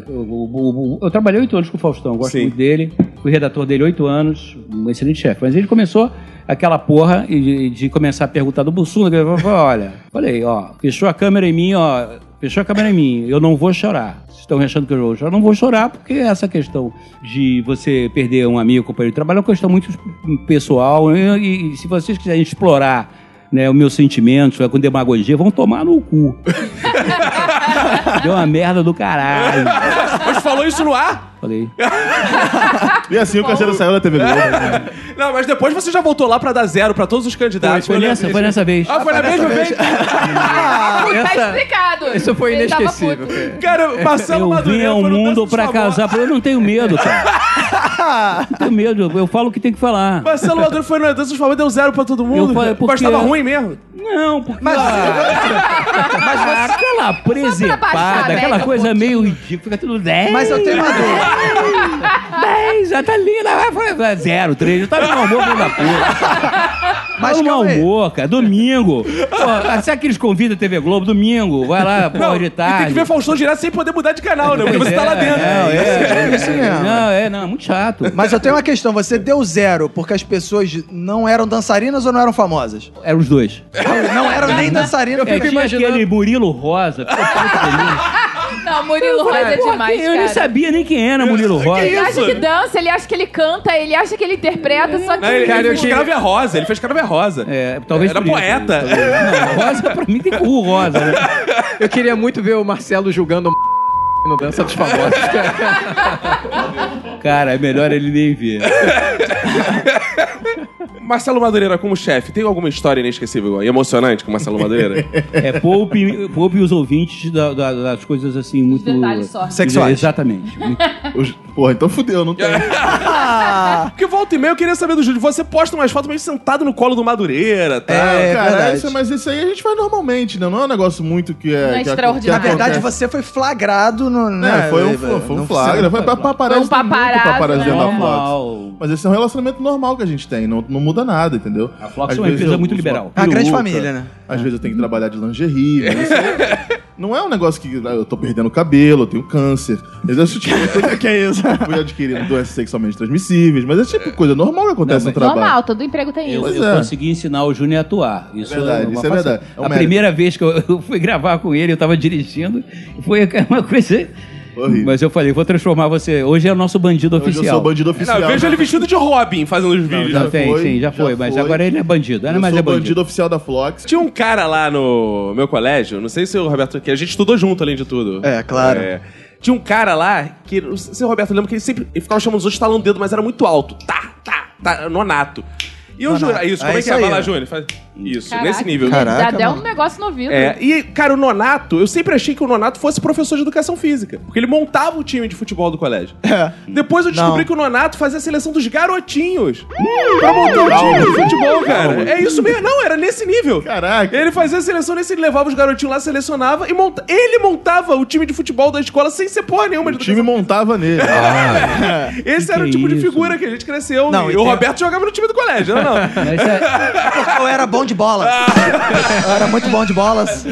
Speaker 6: eu, eu- eu- eu trabalhei oito anos com o Faustão, eu gosto
Speaker 1: Sim.
Speaker 6: muito dele, fui redator dele oito anos, um excelente chefe. Mas ele começou aquela porra de, de começar a perguntar do Bussunda, que ele falou, olha, falei, ó, fechou a câmera em mim, ó, fechou a câmera em mim, eu não vou chorar. Vocês estão achando que eu vou chorar? Eu não vou chorar, porque essa questão de você perder um amigo, companheiro de trabalho, é uma questão muito pessoal. né? E, e se vocês quiserem explorar né, os meus sentimentos né, com demagogia, vão tomar no cu. Deu uma merda do caralho.
Speaker 1: Mas falou isso no ar?
Speaker 6: Falei.
Speaker 4: E assim o Cacheiro saiu da TV Globo. né?
Speaker 1: Não, mas depois você já voltou lá pra dar zero pra todos os candidatos.
Speaker 6: Foi nessa, foi nessa vez.
Speaker 1: Ah, foi na mesma vez?
Speaker 2: É.
Speaker 3: Puta,
Speaker 5: essa-
Speaker 3: tá explicado.
Speaker 5: Isso foi
Speaker 3: Ele tava
Speaker 5: inesquecível.
Speaker 3: puto.
Speaker 5: cara.
Speaker 1: Cara, Marcelo
Speaker 6: Eu vim
Speaker 1: Madureira
Speaker 6: ao
Speaker 1: foi no
Speaker 6: mundo
Speaker 1: Dança
Speaker 6: pra
Speaker 1: do Sabor.
Speaker 6: casar. Eu não tenho medo, cara. não tenho medo. Eu falo o que tem que falar.
Speaker 1: Marcelo Madureira foi no Dança dos Famosos, deu zero pra todo mundo.
Speaker 6: falei,
Speaker 1: Mas
Speaker 6: porque-
Speaker 1: tava ruim mesmo.
Speaker 6: Não, porque... Mas,
Speaker 3: baixar
Speaker 6: aquela
Speaker 3: a
Speaker 6: presepada,
Speaker 3: média
Speaker 6: aquela
Speaker 3: um
Speaker 6: coisa
Speaker 3: pouquinho.
Speaker 6: meio ridícula. Fica tudo 10.
Speaker 2: Mas
Speaker 1: é
Speaker 2: eu tenho uma dúvida.
Speaker 6: 10, já tá linda. Vai, vai, vai, Zero, três. Eu tava no amor, filho da puta.
Speaker 2: Mas
Speaker 6: Tava no
Speaker 2: calma aí.
Speaker 6: amor, cara. Domingo. Pô, será que eles convidam a TV Globo? Domingo. Vai lá, pô, de
Speaker 1: e tem que
Speaker 6: tarde.
Speaker 1: ver Faustão direto sem poder mudar de canal, né? Porque você tá lá dentro.
Speaker 6: Não, é, é,
Speaker 2: Isso mesmo.
Speaker 6: Não, é, não, é muito chato.
Speaker 2: Mas eu tenho uma questão, você deu zero porque as pessoas não eram dançarinas ou não eram famosas?
Speaker 6: Eram os dois.
Speaker 2: Não eram nem dançarinas.
Speaker 6: É, tinha
Speaker 5: imaginando-
Speaker 6: aquele Murilo Rosa. Pô,
Speaker 3: Não, Murilo Rosa é
Speaker 6: Pô,
Speaker 3: demais,
Speaker 6: eu nem
Speaker 3: Ah, cara.
Speaker 6: sabia nem quem era Murilo Rosa.
Speaker 3: Ele acha
Speaker 1: Isso.
Speaker 3: que dança, ele acha que ele canta, ele acha que ele interpreta, só que.
Speaker 1: Não, ele,
Speaker 5: Cara,
Speaker 1: ele
Speaker 5: eu
Speaker 1: fez
Speaker 5: queria-
Speaker 1: Cravo é rosa, ele fez cravo é rosa.
Speaker 6: É, talvez
Speaker 1: Era
Speaker 6: por isso,
Speaker 1: poeta.
Speaker 6: talvez. tá Não, rosa pra mim tem cu rosa, né?
Speaker 5: Eu queria muito ver o Marcelo julgando o no Dança dos Famosos. cara.
Speaker 6: Cara, é melhor ele nem ver.
Speaker 1: Marcelo Madureira, como chefe, tem alguma história inesquecível e emocionante com Marcelo Madureira?
Speaker 6: É, poupe, poupe os ouvintes da- da- das coisas assim, muito.
Speaker 3: detalhes só.
Speaker 2: Sexuais.
Speaker 6: Exatamente.
Speaker 4: Os- Porra, então fudeu, não tem.
Speaker 1: Ah! Porque volta e meia eu queria saber do Júlio. Você posta umas fotos meio sentado no colo do Madureira, tá?
Speaker 2: É,
Speaker 4: Ah, cara,
Speaker 2: verdade.
Speaker 4: isso- mas isso aí a gente faz normalmente, né? Não é um negócio muito que é.
Speaker 3: Não é
Speaker 4: que aco-
Speaker 3: extraordinário.
Speaker 4: que
Speaker 2: Na verdade,
Speaker 4: acontece.
Speaker 2: você foi flagrado no.
Speaker 4: É,
Speaker 2: né,
Speaker 4: foi um,
Speaker 2: eh,
Speaker 4: foi, foi um
Speaker 2: não-
Speaker 4: flagra. Foi pra paparazzi.
Speaker 3: Foi um paparazzi,
Speaker 4: muito paparazzi
Speaker 3: né?
Speaker 4: na
Speaker 6: Normal.
Speaker 4: Fox. Mas esse é um relacionamento normal que a gente tem, não, não muda nada, entendeu?
Speaker 6: A Fox
Speaker 4: Às
Speaker 6: é uma
Speaker 4: vezes
Speaker 6: empresa
Speaker 4: eu
Speaker 6: muito
Speaker 4: uso
Speaker 6: liberal.
Speaker 4: uma
Speaker 2: A grande
Speaker 4: peruca,
Speaker 2: família, né?
Speaker 1: É.
Speaker 4: Às vezes eu tenho que trabalhar de lingerie, mas isso aí não é um negócio que ah, eu tô perdendo cabelo, eu tenho câncer. Mas eu tipo, coisa que é isso? Fui adquirindo doenças sexualmente transmissíveis, mas é tipo coisa normal que
Speaker 6: Não,
Speaker 4: acontece
Speaker 6: mas-
Speaker 4: no trabalho.
Speaker 3: Normal, todo emprego tem isso.
Speaker 6: Eu,
Speaker 4: Pois
Speaker 6: eu
Speaker 4: é.
Speaker 6: consegui ensinar o Júnior a atuar. Isso
Speaker 4: É verdade,
Speaker 6: uma
Speaker 4: isso é
Speaker 6: facil-
Speaker 4: verdade. É um
Speaker 6: a
Speaker 4: mérito.
Speaker 6: primeira vez que eu, eu fui gravar com ele, eu tava dirigindo, foi uma coisa.
Speaker 4: Horrível.
Speaker 6: Mas eu falei, vou transformar você. Hoje é o nosso bandido
Speaker 4: Hoje eu
Speaker 6: oficial.
Speaker 4: sou bandido
Speaker 1: Não,
Speaker 4: oficial.
Speaker 1: eu vejo ele vestido de Robin fazendo os
Speaker 4: Não,
Speaker 1: vídeos.
Speaker 6: Já,
Speaker 4: Já
Speaker 6: tem,
Speaker 4: foi,
Speaker 6: sim, já,
Speaker 4: já
Speaker 6: foi, mas
Speaker 4: foi.
Speaker 6: agora ele é bandido. Não,
Speaker 4: Eu
Speaker 6: mas
Speaker 4: sou
Speaker 6: é
Speaker 4: bandido.
Speaker 6: bandido.
Speaker 4: oficial da Flox.
Speaker 1: Tinha um cara lá no meu colégio, não sei se o Roberto, que a gente estudou junto além de tudo.
Speaker 2: É, claro.
Speaker 1: Tinha um cara lá que, não sei se o Roberto lembra que ele sempre ele ficava chamando os outros talando o dedo, mas era muito alto. Tá, tá, tá, nonato. E eu
Speaker 2: Nonato.
Speaker 1: juro, é isso, como
Speaker 2: É
Speaker 1: é, que
Speaker 2: isso
Speaker 1: é?
Speaker 2: aí,
Speaker 1: Vai lá,
Speaker 2: ó.
Speaker 1: Júnior, faz isso,
Speaker 3: Caraca.
Speaker 1: nesse nível.
Speaker 4: né?
Speaker 2: Caraca,
Speaker 3: Dá até
Speaker 2: mano.
Speaker 3: um negócio no ouvido.
Speaker 1: É, e, cara, o Nonato, eu sempre achei que o Nonato fosse professor de educação física. Porque ele montava o time de futebol do colégio. Depois eu descobri
Speaker 2: Não.
Speaker 1: que o Nonato fazia a seleção dos garotinhos. pra montar o time de futebol, cara. É isso mesmo. Não, era nesse nível.
Speaker 4: Caraca.
Speaker 1: Ele fazia a seleção nesse, ele levava os garotinhos lá, selecionava e monta... ele montava o time de futebol da escola sem ser porra nenhuma.
Speaker 4: O
Speaker 1: de
Speaker 4: time
Speaker 1: educação. É.
Speaker 4: montava nele.
Speaker 1: Esse
Speaker 6: Que
Speaker 1: era o
Speaker 6: que
Speaker 1: tipo de
Speaker 6: isso?
Speaker 1: figura que a gente cresceu.
Speaker 2: Não,
Speaker 1: e,
Speaker 2: e
Speaker 1: o
Speaker 2: tem-
Speaker 1: Roberto jogava no time do colégio, não, não.
Speaker 6: Mas é-
Speaker 2: Porque eu era bom de bola. Eu era muito bom de bolas.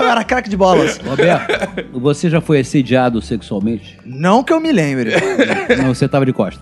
Speaker 2: Eu era craque de bolas.
Speaker 6: Roberto, você já foi assediado sexualmente?
Speaker 2: Não que eu me lembre.
Speaker 6: Não, você tava de costa.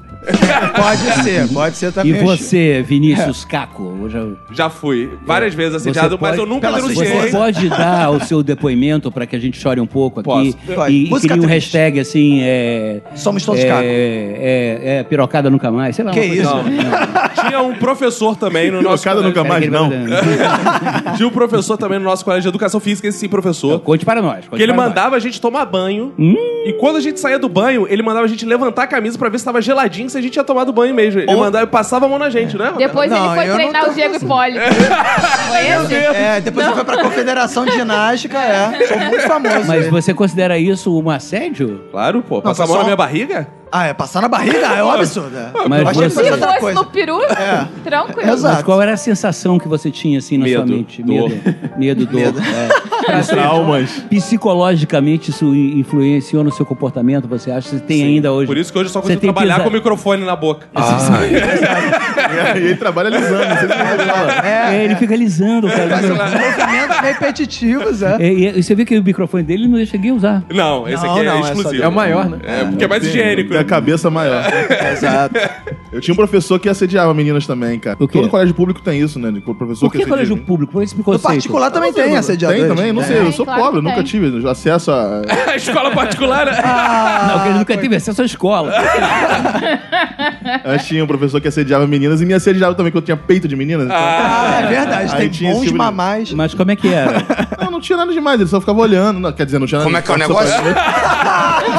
Speaker 2: Pode ser, pode ser
Speaker 6: E
Speaker 2: também.
Speaker 6: você, Vinícius Caco? eu já-
Speaker 1: Já fui várias vezes assediado,
Speaker 6: Você
Speaker 1: mas
Speaker 6: pode-
Speaker 1: eu nunca
Speaker 2: pela
Speaker 1: denunciei.
Speaker 6: Você pode dar o seu depoimento para que a gente chore um pouco aqui?
Speaker 1: Posso.
Speaker 2: Pode.
Speaker 6: E, e
Speaker 2: Música
Speaker 6: cria um
Speaker 2: triste.
Speaker 6: hashtag assim, é.
Speaker 2: Somos todos
Speaker 6: é,
Speaker 2: cacos.
Speaker 6: É, é, pirocada nunca mais, sei lá.
Speaker 2: Que
Speaker 6: uma coisa
Speaker 2: isso?
Speaker 6: assim.
Speaker 1: Tinha um professor também no nosso
Speaker 4: Pirocada nunca
Speaker 6: Era
Speaker 4: mais,
Speaker 6: aquele
Speaker 4: não.
Speaker 6: bagulho-
Speaker 1: Tinha um professor também no nosso colégio de educação física, esse professor.
Speaker 6: Conte para nós. conte
Speaker 1: Que ele
Speaker 6: para
Speaker 1: mandava a gente tomar banho.
Speaker 6: Hum.
Speaker 1: E quando a gente saía do banho, ele mandava a gente levantar a camisa pra ver se tava geladinho, se a gente tinha tomado banho mesmo. Ele mandava e passava a mão na gente, né?
Speaker 3: Depois
Speaker 2: Não,
Speaker 3: ele foi
Speaker 2: eu não
Speaker 3: treinar
Speaker 2: tô
Speaker 3: o Diego Hipólito. Foi esse?
Speaker 2: É, depois ele foi pra Confederação de Ginástica, é. Foi muito famoso.
Speaker 6: nós. Mas
Speaker 2: ele.
Speaker 6: você considera isso um assédio?
Speaker 1: Claro, pô. Passar a
Speaker 2: foi
Speaker 1: mão
Speaker 2: só
Speaker 1: na
Speaker 2: um-
Speaker 1: minha barriga?
Speaker 2: Ah, é passar na barriga? É um absurdo. é.
Speaker 6: Mas
Speaker 2: Achei que
Speaker 6: você-
Speaker 2: fosse
Speaker 3: Se
Speaker 2: outra
Speaker 3: fosse
Speaker 2: coisa.
Speaker 3: no peru, tranquilo.
Speaker 2: Exato.
Speaker 6: Mas qual era a sensação que você tinha assim na sua
Speaker 1: Medo,
Speaker 6: mente?
Speaker 1: dor.
Speaker 6: Medo. Medo, dor.
Speaker 2: Medo.
Speaker 6: é. Isso-
Speaker 4: Traumas.
Speaker 6: Psicologicamente, isso i- influenciou no seu comportamento, você acha? Você tem ainda hoje.
Speaker 1: Por isso que hoje eu só
Speaker 6: Você
Speaker 1: consigo
Speaker 6: tem Ah.
Speaker 1: trabalhar
Speaker 6: pesa-
Speaker 1: com o microfone na boca.
Speaker 4: E aí ele trabalha lisando. não sei se você fala.
Speaker 6: É, ele fica lisando, cara.
Speaker 2: Mas movimentos repetitivos, é.
Speaker 6: É, e, e você vê que o microfone dele não deixa ninguém usar.
Speaker 1: Não, esse
Speaker 2: Não,
Speaker 1: aqui é
Speaker 2: não, é só-
Speaker 1: exclusivo.
Speaker 5: É o maior, né?
Speaker 1: É, porque é mais higiênico.
Speaker 4: Tem a cabeça maior.
Speaker 2: Exato.
Speaker 4: Eu tinha um professor que assediava meninas também, cara.
Speaker 6: O quê?
Speaker 4: Todo colégio público tem isso, né? De professor
Speaker 6: Por que colégio público? Por esse
Speaker 2: No
Speaker 6: preconceito.
Speaker 2: particular também tem assediador.
Speaker 4: Tem também? Não sei, eu
Speaker 3: Tem,
Speaker 4: sou
Speaker 3: claro
Speaker 4: pobre,
Speaker 3: que
Speaker 4: nunca
Speaker 3: tem.
Speaker 4: tive acesso a...
Speaker 1: A escola
Speaker 6: né?
Speaker 1: particular.
Speaker 6: Ah, Não, que ele nunca teve acesso à escola.
Speaker 4: Antes tinha um professor que assediava meninas e me assediava também, quando tinha peito de meninas. então-
Speaker 2: Ah, é verdade.
Speaker 4: Aí
Speaker 2: Tem
Speaker 4: tinha esse
Speaker 2: bons
Speaker 4: tipo de-
Speaker 2: mamais.
Speaker 6: Mas como é que era?
Speaker 4: Não, não tinha nada demais, ele só ficava olhando. Não, quer dizer, não tinha nada
Speaker 7: Como é que é o
Speaker 4: só- só-
Speaker 7: negócio?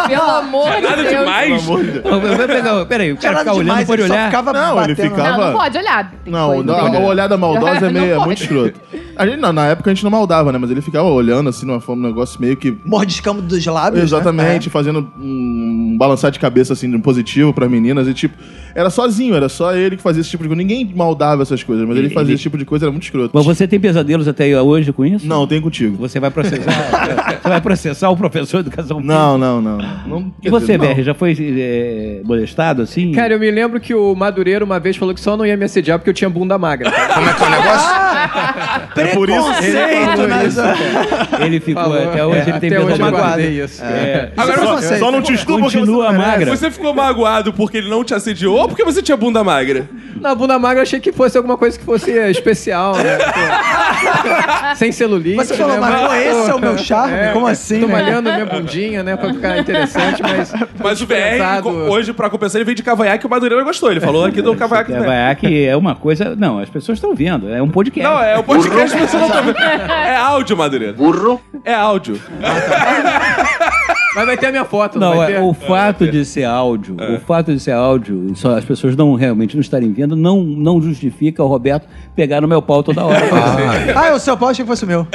Speaker 3: Pelo amor de
Speaker 1: Nada
Speaker 3: Deus.
Speaker 1: demais.
Speaker 4: Pelo amor de Deus.
Speaker 5: Peraí, peraí, o
Speaker 2: Não tinha nada
Speaker 5: cara ficar olhando,
Speaker 2: demais,
Speaker 5: pode
Speaker 2: ele só
Speaker 5: olhar.
Speaker 2: ficava né?
Speaker 4: Não, ele batendo-
Speaker 3: Não,
Speaker 4: ficava-
Speaker 3: não pode olhar. Tem
Speaker 4: Não,
Speaker 3: coisa.
Speaker 4: não, a olhada maldosa é,
Speaker 3: Não
Speaker 4: meio, é
Speaker 3: pode.
Speaker 4: muito escroto. A gente, na, na época a gente não maldava, né? Mas ele ficava olhando assim, numa forma, um negócio meio que.
Speaker 2: Mordiscando dos lábios. né?
Speaker 4: Exatamente, fazendo um balançar de cabeça assim, de um positivo pra meninas e tipo. Era sozinho, era só ele que fazia esse tipo de coisa. Ninguém maldava essas coisas, mas ele, fazia esse tipo de coisa, era muito escroto.
Speaker 6: Mas você tem pesadelos até hoje com isso?
Speaker 4: Não, tem contigo.
Speaker 6: Você vai processar. você vai processar o professor de educação física?
Speaker 4: Não, não, não. não. Não-
Speaker 6: E
Speaker 4: quer
Speaker 6: você,
Speaker 4: dizer, não.
Speaker 6: BR, já foi eh, molestado assim?
Speaker 5: Cara, eu me lembro que o Madureira uma vez falou que só não ia me assediar porque eu tinha bunda magra.
Speaker 7: Como é que é o negócio?
Speaker 4: É por isso
Speaker 2: Ah, Preconceito, né?
Speaker 6: ele ficou
Speaker 5: Falou.
Speaker 6: até hoje,
Speaker 5: É,
Speaker 6: ele tem
Speaker 5: até hoje eu
Speaker 6: pesadelo.
Speaker 5: guardei isso.
Speaker 6: É.
Speaker 1: Agora
Speaker 2: Só-
Speaker 1: você,
Speaker 4: Só não te estupa porque
Speaker 6: Continua
Speaker 4: você
Speaker 6: magra.
Speaker 1: você ficou magoado porque ele não te assediou ou porque você tinha bunda magra?
Speaker 5: Na bunda magra eu achei que fosse alguma coisa que fosse eh, especial, né? Pô. Sem celulite.
Speaker 2: Você falou,
Speaker 5: né?
Speaker 2: mas pô, esse é o meu charme? Como
Speaker 5: eu
Speaker 2: assim,
Speaker 5: Tô
Speaker 2: né?
Speaker 5: malhando minha bundinha, né? Pra ficar interessante, mas.
Speaker 1: Mas o BR,
Speaker 5: Pesado.
Speaker 1: hoje, pra compensar, ele veio de cavanhaque e o Madureira gostou. Ele falou aqui do cavanhaque
Speaker 6: É,
Speaker 1: também.
Speaker 6: vai, é que é uma coisa. Não, as pessoas estão vendo. É um podcast.
Speaker 1: Não, é o podcast você não tá vendo. É áudio, Madureira.
Speaker 7: Burro.
Speaker 1: É áudio.
Speaker 5: Mas vai ter a minha foto, não,
Speaker 6: Não,
Speaker 5: vai
Speaker 6: é,
Speaker 5: ter?
Speaker 6: o fato de ser áudio, o fato de ser áudio, só as pessoas não realmente não estarem vendo, não, não justifica o Roberto pegar no meu pau toda hora.
Speaker 2: Ah, é o seu pau, achei que fosse o meu.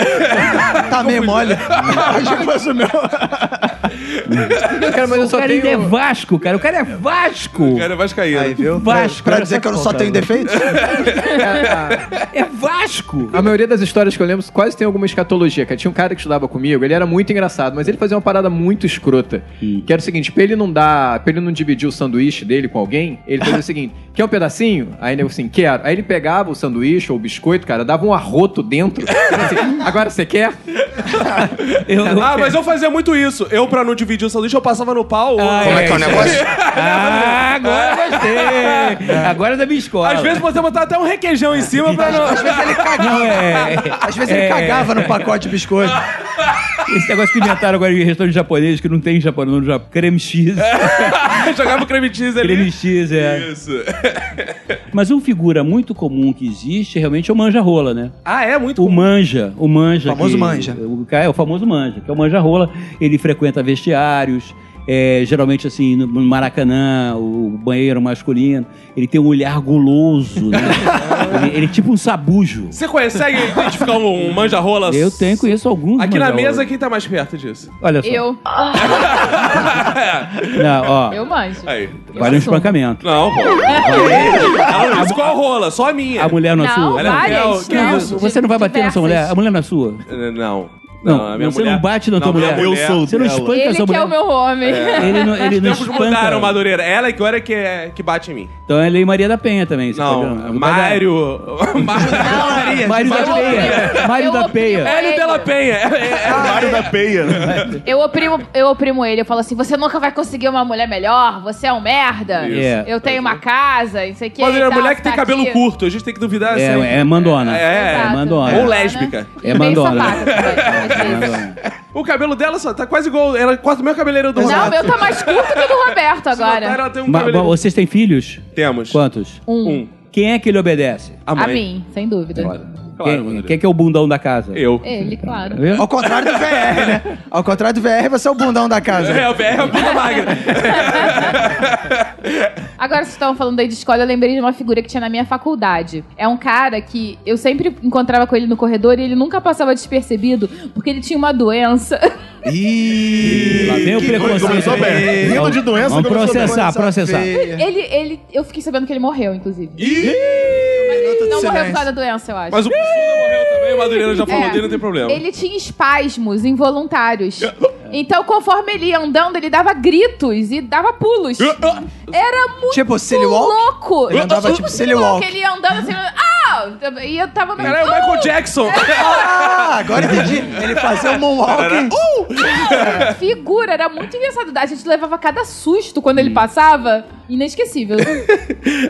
Speaker 2: Tá meio mole. achei que fosse o meu.
Speaker 5: Cara, mas eu
Speaker 6: o
Speaker 5: só
Speaker 6: cara
Speaker 5: tenho.
Speaker 6: ainda é Vasco, cara. O cara é Vasco.
Speaker 1: O cara vai cair.
Speaker 2: Aí, viu?
Speaker 6: Vasco.
Speaker 2: Pra
Speaker 6: olha
Speaker 2: dizer
Speaker 6: essa
Speaker 2: que eu não só
Speaker 6: foto
Speaker 2: tenho
Speaker 6: agora.
Speaker 2: defeitos?
Speaker 6: É Vasco.
Speaker 5: A maioria das histórias que eu lembro quase tem alguma escatologia, cara. Tinha um cara que estudava comigo, ele era muito engraçado, mas ele fazia uma parada muito escrota.
Speaker 2: Hum.
Speaker 5: Que era o seguinte, pra ele não dar. Pra ele não dividir o sanduíche dele com alguém, ele fazia o seguinte: quer um pedacinho? Aí nego assim, quero. Aí ele pegava o sanduíche ou o biscoito, cara, dava um arroto dentro. Ele assim, Agora você quer?
Speaker 6: Eu, eu-
Speaker 1: Ah, mas eu fazia muito isso. Eu, pra não dividir o sanduíche, eu passava no pau.
Speaker 7: Como é que é o negócio?
Speaker 6: Ah, agora eu gostei. Agora é da minha escola.
Speaker 1: Às vezes você botava até um requeijão em cima pra não.
Speaker 6: Não, é...
Speaker 2: Às vezes ele
Speaker 6: é,
Speaker 2: cagava no pacote de biscoito.
Speaker 6: Esse negócio que inventaram agora em restaurante japonês, que não tem em japonês, no Japão. Creme X.
Speaker 1: Jogava o creme cheese ali.
Speaker 6: Creme X, é.
Speaker 1: Isso.
Speaker 6: Mas uma figura muito comum que existe realmente é o manja-rola, né?
Speaker 1: Ah, é muito
Speaker 6: O
Speaker 1: comum.
Speaker 6: manja, o manja.
Speaker 2: O famoso
Speaker 6: que-
Speaker 2: manja.
Speaker 6: O, cara é o famoso manja, que é o manja rola. Ele frequenta vestiários, é, geralmente assim, no Maracanã, o banheiro masculino. Ele tem um olhar guloso, né? ele, ele é tipo um sabujo.
Speaker 1: Você consegue identificar um, um manja-rola?
Speaker 6: Eu tenho, conheço alguns.
Speaker 1: Aqui na
Speaker 6: manja-rola.
Speaker 1: mesa, quem tá mais perto disso?
Speaker 6: Olha só.
Speaker 3: Eu,
Speaker 6: Não, ó.
Speaker 3: eu manjo.
Speaker 1: Aí.
Speaker 6: Vale um
Speaker 3: assumo.
Speaker 6: espancamento.
Speaker 1: Não, pô. Ela não disse qual rola, só a minha.
Speaker 6: A mulher não é
Speaker 3: Não,
Speaker 6: sua?
Speaker 1: Ela é
Speaker 3: várias.
Speaker 1: fiel, que
Speaker 3: não,
Speaker 1: isso?
Speaker 6: Você não vai bater na sua mulher?
Speaker 3: diversas.
Speaker 6: A mulher não é sua?
Speaker 1: Eh, Não.
Speaker 6: Não, você não bate na tua
Speaker 1: minha
Speaker 6: mulher.
Speaker 4: Eu sou
Speaker 6: Você não espanca a
Speaker 3: Ele
Speaker 6: sua
Speaker 3: que
Speaker 6: mulher?
Speaker 3: é o meu homem.
Speaker 6: Ele não, ele não
Speaker 1: Tempos
Speaker 6: espanca.
Speaker 1: mudaram, Madureira. Ela que hora que, é, que bate em mim.
Speaker 6: Então ela é Lei Maria da Penha também. você tá
Speaker 1: Não,
Speaker 6: vendo?
Speaker 1: Mário. Mário da Penha.
Speaker 6: Mário da
Speaker 3: Eu
Speaker 6: Penha.
Speaker 3: oprimo-
Speaker 6: Mário
Speaker 3: eu
Speaker 6: da
Speaker 3: oprimo
Speaker 6: Penha.
Speaker 1: Hélio
Speaker 3: ele.
Speaker 1: Della Penha. É, é,
Speaker 4: Mário da Peia. né?
Speaker 3: Eu oprimo, eu oprimo ele, eu falo assim: você nunca vai conseguir uma mulher melhor, você é um merda.
Speaker 6: Isso.
Speaker 3: Eu tenho
Speaker 1: é.
Speaker 3: uma casa, não sei o que.
Speaker 1: Madureira,
Speaker 3: e tal,
Speaker 1: é mulher que
Speaker 3: você
Speaker 1: tem
Speaker 3: tá
Speaker 1: cabelo
Speaker 3: aqui.
Speaker 1: curto. A gente tem que duvidar
Speaker 6: É,
Speaker 1: assim.
Speaker 6: é mandona.
Speaker 1: É,
Speaker 3: Exato.
Speaker 6: mandona.
Speaker 1: Ou lésbica.
Speaker 6: É
Speaker 3: E bem
Speaker 6: mandona.
Speaker 3: safada
Speaker 6: É,
Speaker 3: também, às vezes.
Speaker 1: O cabelo dela só tá quase igual. Ela é quase o meu cabeleireiro do
Speaker 3: Não,
Speaker 1: Roberto.
Speaker 3: o meu tá mais curto que o do Roberto
Speaker 1: Se notar,
Speaker 3: agora.
Speaker 1: Ela tem um
Speaker 6: Ma- ma-
Speaker 1: cabeleireiro.
Speaker 6: vocês têm filhos?
Speaker 1: Temos.
Speaker 6: Quantos?
Speaker 3: Um.
Speaker 6: Quem é que ele obedece?
Speaker 1: A
Speaker 3: A
Speaker 1: mãe.
Speaker 3: mim, sem dúvida.
Speaker 1: Claro,
Speaker 6: quem,
Speaker 1: Rodrigo.
Speaker 6: quem é que é o bundão da casa?
Speaker 1: Eu.
Speaker 3: Ele, claro.
Speaker 6: Tá vendo?
Speaker 2: Ao contrário do VR, né? Ao contrário do VR, você é o bundão da casa.
Speaker 1: É, o BR é o Pita Magra.
Speaker 3: Agora vocês estavam falando aí de escola, eu lembrei de uma figura que tinha na minha faculdade. É um cara que eu sempre encontrava com ele no corredor e ele nunca passava despercebido porque ele tinha uma doença.
Speaker 6: Lá vem o
Speaker 2: Que
Speaker 6: preconceito.
Speaker 4: começou bem.
Speaker 6: Vamos-
Speaker 4: Rindo de doença,
Speaker 6: Vamos
Speaker 4: começou bem.
Speaker 6: processar, processar.
Speaker 2: feia.
Speaker 3: Ele, ele, eu fiquei sabendo que ele morreu, inclusive.
Speaker 2: Minuto de
Speaker 3: não morreu por
Speaker 2: silêncio.
Speaker 3: causa da doença, eu acho.
Speaker 1: Mas o Pissuna morreu também. O Madureira já falou
Speaker 3: É.
Speaker 1: dele, não tem problema. É.
Speaker 3: Ele tinha espasmos involuntários. Então, conforme ele ia andando, ele dava gritos e dava pulos.
Speaker 1: É.
Speaker 3: Era muito
Speaker 2: Tipo, Silly Walk?
Speaker 3: louco.
Speaker 2: Ele andava tipo
Speaker 3: Muito
Speaker 2: Silly
Speaker 3: louco.
Speaker 2: Walk.
Speaker 3: Ele ia andando assim, ah, Não, também- e eu tava meio.
Speaker 1: Caralho, o
Speaker 3: Uh! É.
Speaker 1: Michael Jackson!
Speaker 2: Ah, agora entendi. Ele fazia um moonwalking.
Speaker 1: Uh!
Speaker 3: Figura, era muito engraçado. A gente levava cada susto quando ele passava. Inesquecível.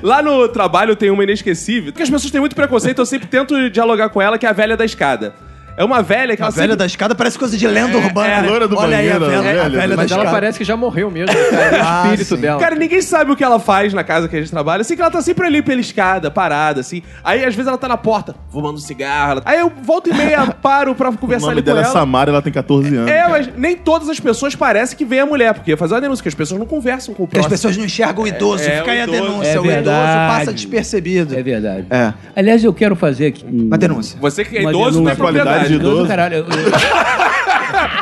Speaker 1: Lá no trabalho tem uma inesquecível, porque as pessoas têm muito preconceito, eu sempre tento dialogar com ela, que é a velha da escada. É uma velha que
Speaker 2: A
Speaker 1: ela
Speaker 2: velha
Speaker 1: sempre...
Speaker 2: da escada parece coisa de lenda urbana.
Speaker 4: é a
Speaker 2: né?
Speaker 4: loira do
Speaker 2: Olha aí a
Speaker 4: banheiro,
Speaker 2: velha,
Speaker 4: a
Speaker 2: a
Speaker 4: velha.
Speaker 2: velha da
Speaker 5: Mas ela
Speaker 2: escada.
Speaker 5: parece que já morreu mesmo. Cara. É
Speaker 2: Ah,
Speaker 5: o espírito
Speaker 2: sim.
Speaker 5: dela.
Speaker 1: Cara, ninguém sabe o que ela faz na casa que a gente trabalha. Assim que ela tá sempre ali pela escada, parada, assim. Aí, às vezes, ela tá na porta, fumando um cigarro. ela- Aí eu volto e meia, paro pra
Speaker 4: O
Speaker 1: conversar
Speaker 4: nome
Speaker 1: ali com
Speaker 4: dela é
Speaker 1: ela.
Speaker 4: Samara, ela tem 14 anos.
Speaker 1: É, mas nem todas as pessoas parece que vem a mulher, porque ia fazer uma denúncia, que as pessoas não conversam com o
Speaker 2: Porque as
Speaker 1: próximo.
Speaker 2: pessoas não enxergam o idoso.
Speaker 1: é,
Speaker 2: Fica
Speaker 1: o
Speaker 2: aí a
Speaker 1: idoso.
Speaker 2: denúncia.
Speaker 6: É
Speaker 2: o idoso
Speaker 6: verdade.
Speaker 2: passa despercebido.
Speaker 6: É verdade.
Speaker 2: É.
Speaker 6: Aliás, eu quero fazer aqui. um-
Speaker 2: Uma denúncia.
Speaker 1: Você que é
Speaker 6: Uma
Speaker 1: idoso,
Speaker 6: denúncia.
Speaker 1: tem propriedade.
Speaker 4: Qualidade de
Speaker 6: Idoso,
Speaker 4: idoso.
Speaker 6: caralho. eu-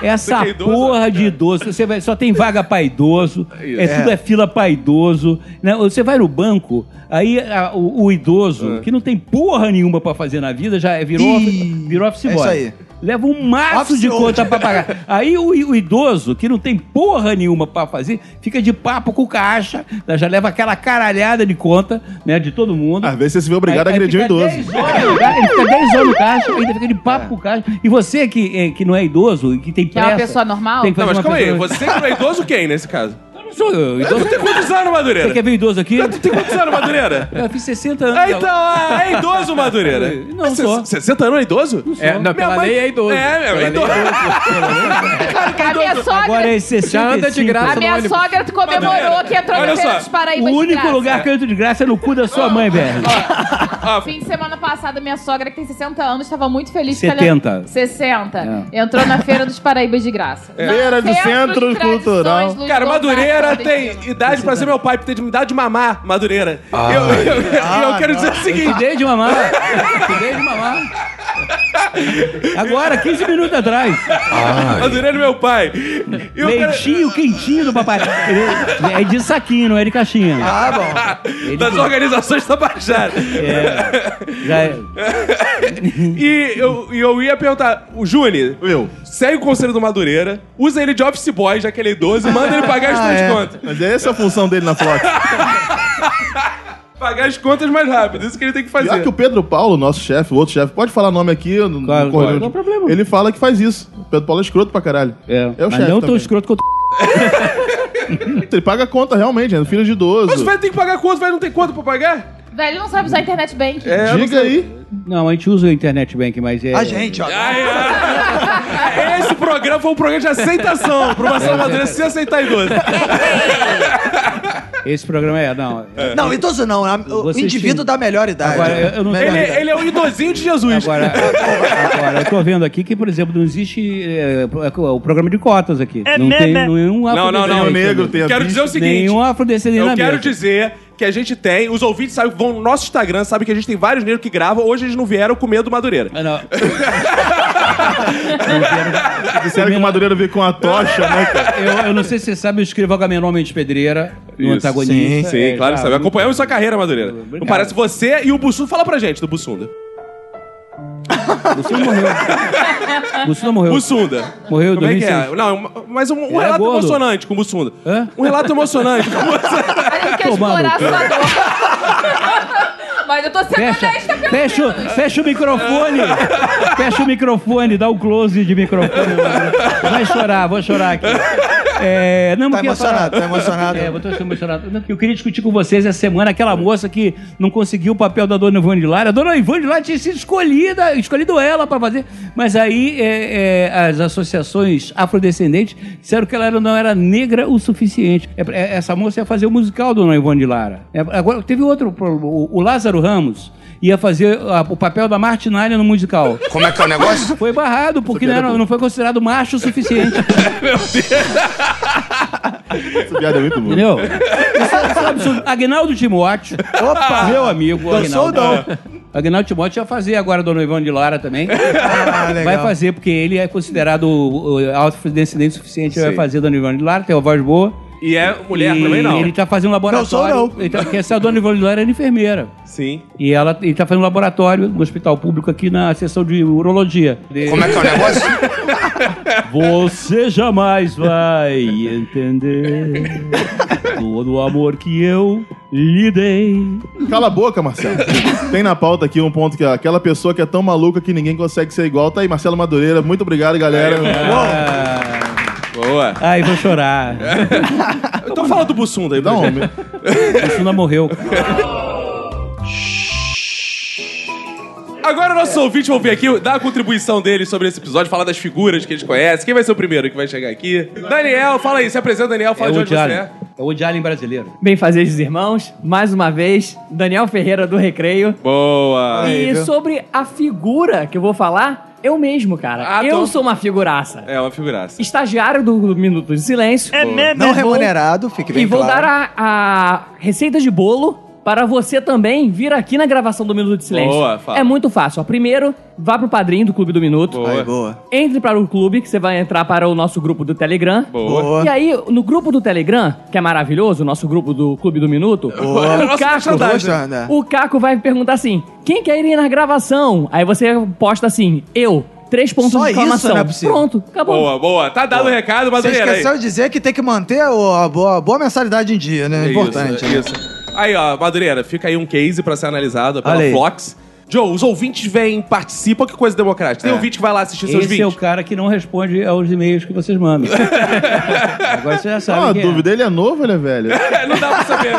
Speaker 6: eu- Essa
Speaker 1: Você que é idoso,
Speaker 4: né?
Speaker 6: porra de idoso, você vai, só tem vaga pra idoso, é,
Speaker 2: Isso.
Speaker 6: tudo
Speaker 2: É.
Speaker 6: é fila pra idoso. né? Você vai no banco, aí a- o, o idoso,
Speaker 4: É.
Speaker 6: que não tem porra nenhuma pra fazer na vida, já é- virou,
Speaker 2: Ih,
Speaker 6: virou office
Speaker 2: é
Speaker 6: boy.
Speaker 2: isso aí.
Speaker 6: Leva um maço
Speaker 2: Office
Speaker 6: de
Speaker 2: old.
Speaker 6: conta pra pagar. Aí o, o idoso, que não tem porra nenhuma pra fazer, fica de papo com o caixa, né? já leva aquela caralhada de conta né, de todo mundo.
Speaker 4: Às vezes você se vê obrigado a
Speaker 6: Aí- aí
Speaker 4: agredir o
Speaker 6: fica
Speaker 4: idoso.
Speaker 6: 10 horas no caixa, Tá? Ele fica 10 horas no caixa, ainda fica de papo
Speaker 1: É.
Speaker 6: com o caixa. E você que, é- que não é idoso e que tem
Speaker 3: Que é
Speaker 6: pressa...
Speaker 3: uma pessoa normal?
Speaker 6: Tem que
Speaker 1: Não,
Speaker 6: fazer
Speaker 1: mas
Speaker 6: uma
Speaker 1: calma
Speaker 6: pessoa...
Speaker 1: aí, você que não é idoso quem, nesse caso?
Speaker 6: Eu não sou eu, idoso.
Speaker 1: Tu tem quantos anos,
Speaker 6: Você quer
Speaker 1: Madureira?
Speaker 6: ver um idoso aqui?
Speaker 1: Tu tem quantos anos, Madureira?
Speaker 6: Eu fiz 60 anos.
Speaker 1: Ah, então, ah, é idoso, Madureira.
Speaker 6: Não,
Speaker 1: É,
Speaker 6: sou.
Speaker 1: 60 anos é idoso?
Speaker 5: É, não, pela lei é idoso.
Speaker 1: É, é,
Speaker 5: Pela
Speaker 1: idoso.
Speaker 5: lei é idoso.
Speaker 3: a minha sogra.
Speaker 6: Agora é 65.
Speaker 5: Já anda de graça
Speaker 3: A
Speaker 5: no
Speaker 3: minha
Speaker 5: ônibus.
Speaker 3: sogra comemorou que entrou
Speaker 1: Olha
Speaker 3: no
Speaker 1: só,
Speaker 3: Feira dos
Speaker 6: O
Speaker 3: Paraíba de
Speaker 6: único
Speaker 3: graça.
Speaker 6: lugar que eu entro de graça é no cu da sua mãe, velho.
Speaker 1: Ah,
Speaker 3: Fim de semana passada, minha sogra, que tem 60 anos, estava muito feliz.
Speaker 6: 70.
Speaker 3: Que ela... 60.
Speaker 6: É.
Speaker 3: Entrou na Feira dos Paraíbas de Graça.
Speaker 1: É.
Speaker 3: Na
Speaker 4: Feira do Centro
Speaker 3: de Tradições
Speaker 4: Cultural.
Speaker 3: Luiz
Speaker 1: Cara,
Speaker 3: Gonzaga,
Speaker 1: Madureira tem
Speaker 3: Nordestino.
Speaker 1: idade pra ser meu pai, porque tem idade de mamar, Madureira. eu, eu- eu-
Speaker 4: Ah,
Speaker 1: eu quero dizer o
Speaker 6: Te
Speaker 1: seguinte:
Speaker 6: dei de mamar. Te dei de mamar. Agora, 15 minutos atrás.
Speaker 1: Madureira é meu pai. Eu
Speaker 6: Leitinho quentinho do papai. É de saquinho, não é de caixinha.
Speaker 2: Ah, bom.
Speaker 1: quero- das organizações da Baixada.
Speaker 6: Já é-
Speaker 1: E eu, e eu ia perguntar, o Juni,
Speaker 4: Eu.
Speaker 1: segue o conselho do Madureira, usa ele de office boy, já que ele é idoso, e manda ele pagar as
Speaker 2: Ah,
Speaker 1: tuas
Speaker 2: é.
Speaker 1: contas.
Speaker 4: Mas essa é a função dele na Flox.
Speaker 1: Pagar as contas mais rápido, isso que ele tem que
Speaker 4: Pior
Speaker 1: fazer.
Speaker 4: que o Pedro Paulo, nosso chefe, o outro chefe, pode falar nome aqui. no- no
Speaker 6: Claro,
Speaker 4: corredor.
Speaker 6: pode. Não é problema.
Speaker 4: Ele fala que faz isso. O Pedro Paulo é escroto pra caralho. É o
Speaker 6: Mas
Speaker 4: chefe.
Speaker 6: não tão
Speaker 4: também.
Speaker 6: escroto quanto.
Speaker 4: Ele paga a conta, realmente, é filho de idoso.
Speaker 1: Mas o velho tem que pagar quanto, o velho não tem conta pra pagar?
Speaker 3: Velho não sabe usar internet bank.
Speaker 1: É, eu não
Speaker 4: Diga
Speaker 1: sei.
Speaker 4: aí.
Speaker 6: Não, a gente usa o internet bank, mas é.
Speaker 2: A gente, ó.
Speaker 1: Esse programa foi um programa de aceitação pro Marcelo
Speaker 6: É.
Speaker 1: Madureira se aceitar idoso.
Speaker 6: Esse programa é. Não. é-
Speaker 2: Não, idoso não. é O
Speaker 6: Vocês
Speaker 2: indivíduo
Speaker 6: têm-
Speaker 2: da melhor idade.
Speaker 6: Agora, eu- eu não-
Speaker 2: Melhor
Speaker 1: Ele,
Speaker 2: idade.
Speaker 1: ele é o idosinho de Jesus.
Speaker 6: Agora, agora, eu tô vendo aqui que, por exemplo, não existe é, o programa de cotas aqui. não tem nenhum
Speaker 1: É, né, Não, não, não.
Speaker 4: Tem o negro, tem a
Speaker 1: Quero
Speaker 4: bicha.
Speaker 1: dizer o seguinte.
Speaker 6: Nenhum afrodescendente
Speaker 1: Eu
Speaker 6: na
Speaker 1: quero
Speaker 6: mesa.
Speaker 1: dizer que a gente tem, os ouvintes sabem, vão no nosso Instagram, sabem que a gente tem vários negros que gravam, hoje eles não vieram com medo do Madureira.
Speaker 6: Ah, não.
Speaker 1: é-
Speaker 4: Disseram que o Madureira veio com a tocha, né, cara?
Speaker 6: Eu, eu não sei se você sabe, eu escrevo Agamemnon Mendes Pedreira, no
Speaker 1: Isso.
Speaker 6: antagonista.
Speaker 1: Sim,
Speaker 6: É,
Speaker 1: claro que
Speaker 6: já,
Speaker 1: sabe.
Speaker 6: muito-
Speaker 1: Acompanhamos sua carreira, Madureira. Não
Speaker 6: Obrigado.
Speaker 1: parece você e o Bussunda. Fala pra gente do Bussunda.
Speaker 6: Você não morreu. Você não morreu.
Speaker 1: Bussunda.
Speaker 6: Morreu em
Speaker 1: Como é que
Speaker 6: 2006.
Speaker 1: é? Não, um- mas um, um
Speaker 6: Era
Speaker 1: relato
Speaker 6: é gordo.
Speaker 1: emocionante com o Bussunda.
Speaker 6: Hã?
Speaker 1: Um relato emocionante. com o Bussunda.
Speaker 3: A gente quer
Speaker 6: Tomar
Speaker 3: explorar
Speaker 6: no
Speaker 3: a sua dor. Mas eu tô sendo
Speaker 6: Fecha,
Speaker 3: honesta pelo
Speaker 6: fecha, o- fecha o microfone. Fecha o microfone, dá o close de microfone. Vai chorar, vou chorar aqui. É, não,
Speaker 2: Tá
Speaker 6: porque eu ia
Speaker 2: emocionado,
Speaker 6: falar-
Speaker 2: tá emocionado.
Speaker 6: É, eu tô emocionado. Não, porque Eu queria discutir com vocês essa semana aquela moça que não conseguiu o papel da dona Ivone de Lara. A dona Ivone de Lara tinha sido escolhida, escolhido ela pra fazer. Mas aí é, é, as associações afrodescendentes disseram que ela era- não era negra o suficiente. É, é, essa moça ia fazer o musical do dona Ivone de Lara. É, agora, teve outro problema. O, o Lázaro Ramos ia fazer ah, o papel da Martinália no musical.
Speaker 7: Como é que é o negócio?
Speaker 6: Foi barrado, porque não,
Speaker 1: é
Speaker 6: era- não foi considerado macho o suficiente.
Speaker 4: Essa piada é muito boa.
Speaker 6: Entendeu? Isso é- isso é um absurdo. Agnaldo Timóteo. Opa! Meu amigo, Agnaldo. É. Agnaldo Timóteo ia fazer agora Dona Ivone de Lara também.
Speaker 2: Ah, legal.
Speaker 6: Vai fazer, porque ele é considerado o- o autodescendente suficiente. Ele
Speaker 1: Sim.
Speaker 6: vai fazer Dona Ivone de Lara, tem uma voz boa.
Speaker 1: E é mulher
Speaker 6: E
Speaker 1: também, não.
Speaker 6: Ele tá fazendo um laboratório.
Speaker 2: Não sou, não.
Speaker 6: Ele tá, porque essa Dona Ivone de Lara era enfermeira.
Speaker 1: Sim.
Speaker 6: E ela, ele tá fazendo um laboratório no hospital público aqui na seção de urologia.
Speaker 7: Como é que é o negócio?
Speaker 6: Você jamais vai entender todo o amor que eu Lidei.
Speaker 4: Cala a boca, Marcelo. Tem na pauta aqui um ponto que é aquela pessoa que é tão maluca que ninguém consegue ser igual. Tá aí, Marcelo Madureira. Muito obrigado, galera.
Speaker 2: É.
Speaker 4: Uou!
Speaker 1: Boa.
Speaker 6: Ai, vou chorar.
Speaker 1: Então fala do Bussunda aí,
Speaker 4: Dá um homem.
Speaker 6: O Suna morreu.
Speaker 1: Agora nossos ouvintes vão vir aqui dar a contribuição deles sobre esse episódio, falar das figuras que eles conhecem. Quem vai ser o primeiro que vai chegar aqui? Daniel, fala aí. Se apresenta, Daniel. Fala
Speaker 6: É
Speaker 1: de
Speaker 6: o
Speaker 1: onde você
Speaker 6: Jalen.
Speaker 1: é.
Speaker 6: É o Jalen brasileiro.
Speaker 8: Bem fazer os irmãos, mais uma vez, Daniel Ferreira do Recreio.
Speaker 1: Boa.
Speaker 8: e sobre a figura que eu vou falar, eu mesmo, cara.
Speaker 1: Ah,
Speaker 8: eu
Speaker 1: tô.
Speaker 8: sou uma figuraça.
Speaker 1: É uma figuraça.
Speaker 8: Estagiário do, do Minuto de Silêncio. É mesmo?
Speaker 2: Não remunerado, fique bem
Speaker 8: E vou
Speaker 2: claro.
Speaker 8: dar a, a receita de bolo para você também vir aqui na gravação do Minuto de Silêncio.
Speaker 1: Boa, fala.
Speaker 8: É muito fácil. Ó, primeiro, vá pro padrinho do Clube do Minuto.
Speaker 2: Aí, boa.
Speaker 8: Entre para o clube, que você vai entrar para o nosso grupo do Telegram.
Speaker 1: Boa.
Speaker 8: E aí, no grupo do Telegram, que é maravilhoso, o nosso grupo do Clube do Minuto,
Speaker 1: Boa.
Speaker 8: o,
Speaker 1: É Nossa,
Speaker 8: Caco,
Speaker 2: merchandising. Boa, né?
Speaker 8: o Caco vai perguntar assim: quem quer ir na gravação? Aí você posta assim, eu. Três pontos
Speaker 2: Só
Speaker 8: de
Speaker 2: isso?
Speaker 8: exclamação.
Speaker 2: Não é possível.
Speaker 8: Pronto, acabou.
Speaker 1: Boa, boa. Tá dado o recado,
Speaker 2: Você
Speaker 1: Madureira. aí.
Speaker 2: esqueceu de dizer que tem que manter o- a boa, a boa mensalidade em dia, né?
Speaker 1: É
Speaker 2: Importante. né?
Speaker 1: Isso, isso. Aí, ó, Madureira, fica aí um case pra ser analisado pela
Speaker 2: Olha aí.
Speaker 1: Fox. Joe, os ouvintes vêm, participam, que coisa democrática. Tem ouvinte que vai lá assistir seus
Speaker 6: Esse é
Speaker 1: vídeos.
Speaker 6: o cara que não responde aos e-mails que vocês mandam. Agora você já
Speaker 4: Ah, a
Speaker 6: sabe. quem é.
Speaker 4: dúvida, ele é novo ou ele é velho?
Speaker 1: Não dá pra saber.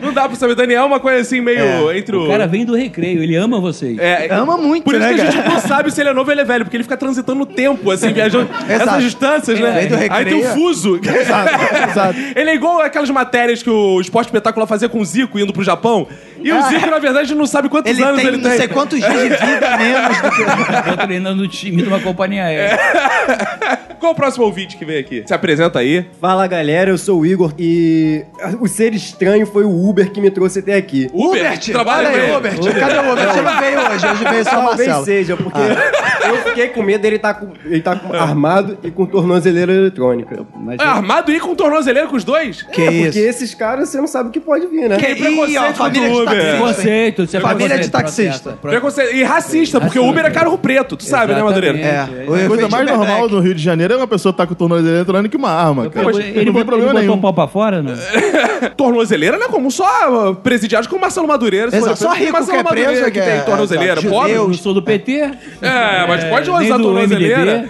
Speaker 1: Não dá pra saber. Daniel é uma coisa assim, meio entre o...
Speaker 6: O cara vem do recreio, ele ama vocês.
Speaker 1: É,
Speaker 2: Ama muito,
Speaker 1: Por isso
Speaker 2: né,
Speaker 1: que a
Speaker 2: cara?
Speaker 1: gente não sabe se ele é novo ou ele é velho, porque ele fica transitando no tempo, assim, viajando essas distâncias, né?
Speaker 2: É.
Speaker 4: É.
Speaker 2: Vem do
Speaker 1: Aí
Speaker 6: um
Speaker 1: tem o
Speaker 2: recreio.
Speaker 1: fuso.
Speaker 4: Exato.
Speaker 1: ele é igual aquelas matérias que o Esporte Espetacular fazia com o Zico indo pro Japão. E o Zico, na verdade, não sabe
Speaker 2: Ah.
Speaker 1: quantos
Speaker 2: Ele
Speaker 1: anos
Speaker 2: tem
Speaker 1: ele
Speaker 2: não
Speaker 1: tem.
Speaker 2: sei quantos dias de vida a menos do que...
Speaker 6: Eu tô treinando no time de uma companhia aérea.
Speaker 1: Qual o próximo ouvinte que vem aqui? Se apresenta aí.
Speaker 9: Fala galera, eu sou o Igor e o ser estranho foi o Uber que me trouxe até aqui.
Speaker 1: Uber, trabalha
Speaker 2: olha
Speaker 1: com
Speaker 2: aí,
Speaker 1: ele.
Speaker 2: Hubert. Cadê o Hubert? Ele não veio hoje, hoje veio só o
Speaker 9: Talvez
Speaker 2: Marcelo.
Speaker 9: seja, porque
Speaker 5: Ah.
Speaker 9: eu fiquei com medo dele tá com, ele tá com- armado e com tornozeleira eletrônica.
Speaker 6: Mas
Speaker 1: É armado e com tornozeleira com os dois?
Speaker 2: Que
Speaker 9: É, porque
Speaker 2: isso?
Speaker 9: esses caras você não sabe o que pode vir, né?
Speaker 2: Que
Speaker 1: preconceito
Speaker 2: Ih, ó,
Speaker 1: com
Speaker 2: família
Speaker 1: o
Speaker 2: de
Speaker 1: Uber.
Speaker 6: é
Speaker 2: taxista. hein?
Speaker 6: preconceito, isso é
Speaker 2: Família de
Speaker 6: preconceito,
Speaker 2: taxista.
Speaker 6: protesta.
Speaker 1: Preconceito. E racista, porque o Uber é carro preto, tu sabe, né, Madureira?
Speaker 6: Exatamente.
Speaker 2: É, o
Speaker 4: A coisa
Speaker 2: efeito
Speaker 4: mais
Speaker 2: Bebeck.
Speaker 4: normal do Rio de Janeiro é uma pessoa tá com o tornozelo eletrônico e uma arma, cara.
Speaker 6: Ele,
Speaker 4: não tem
Speaker 6: botou-
Speaker 4: problema
Speaker 6: ele botou
Speaker 4: nenhum.
Speaker 6: o pau pra fora, não?
Speaker 1: tornozeleira não é comum, só ah, presidiários como Marcelo Madureira. se
Speaker 2: Exato,
Speaker 1: for-
Speaker 2: só rico
Speaker 1: Marcelo
Speaker 2: que é preso
Speaker 1: Madureira
Speaker 2: é
Speaker 1: que
Speaker 2: que
Speaker 1: tem
Speaker 2: é-
Speaker 1: tornozeleira,
Speaker 2: exato,
Speaker 1: pobre.
Speaker 2: judeu.
Speaker 6: Eu não sou do PT.
Speaker 1: É, mas pode
Speaker 6: nem
Speaker 1: usar a
Speaker 6: do
Speaker 1: tornozeleira.
Speaker 6: MDB.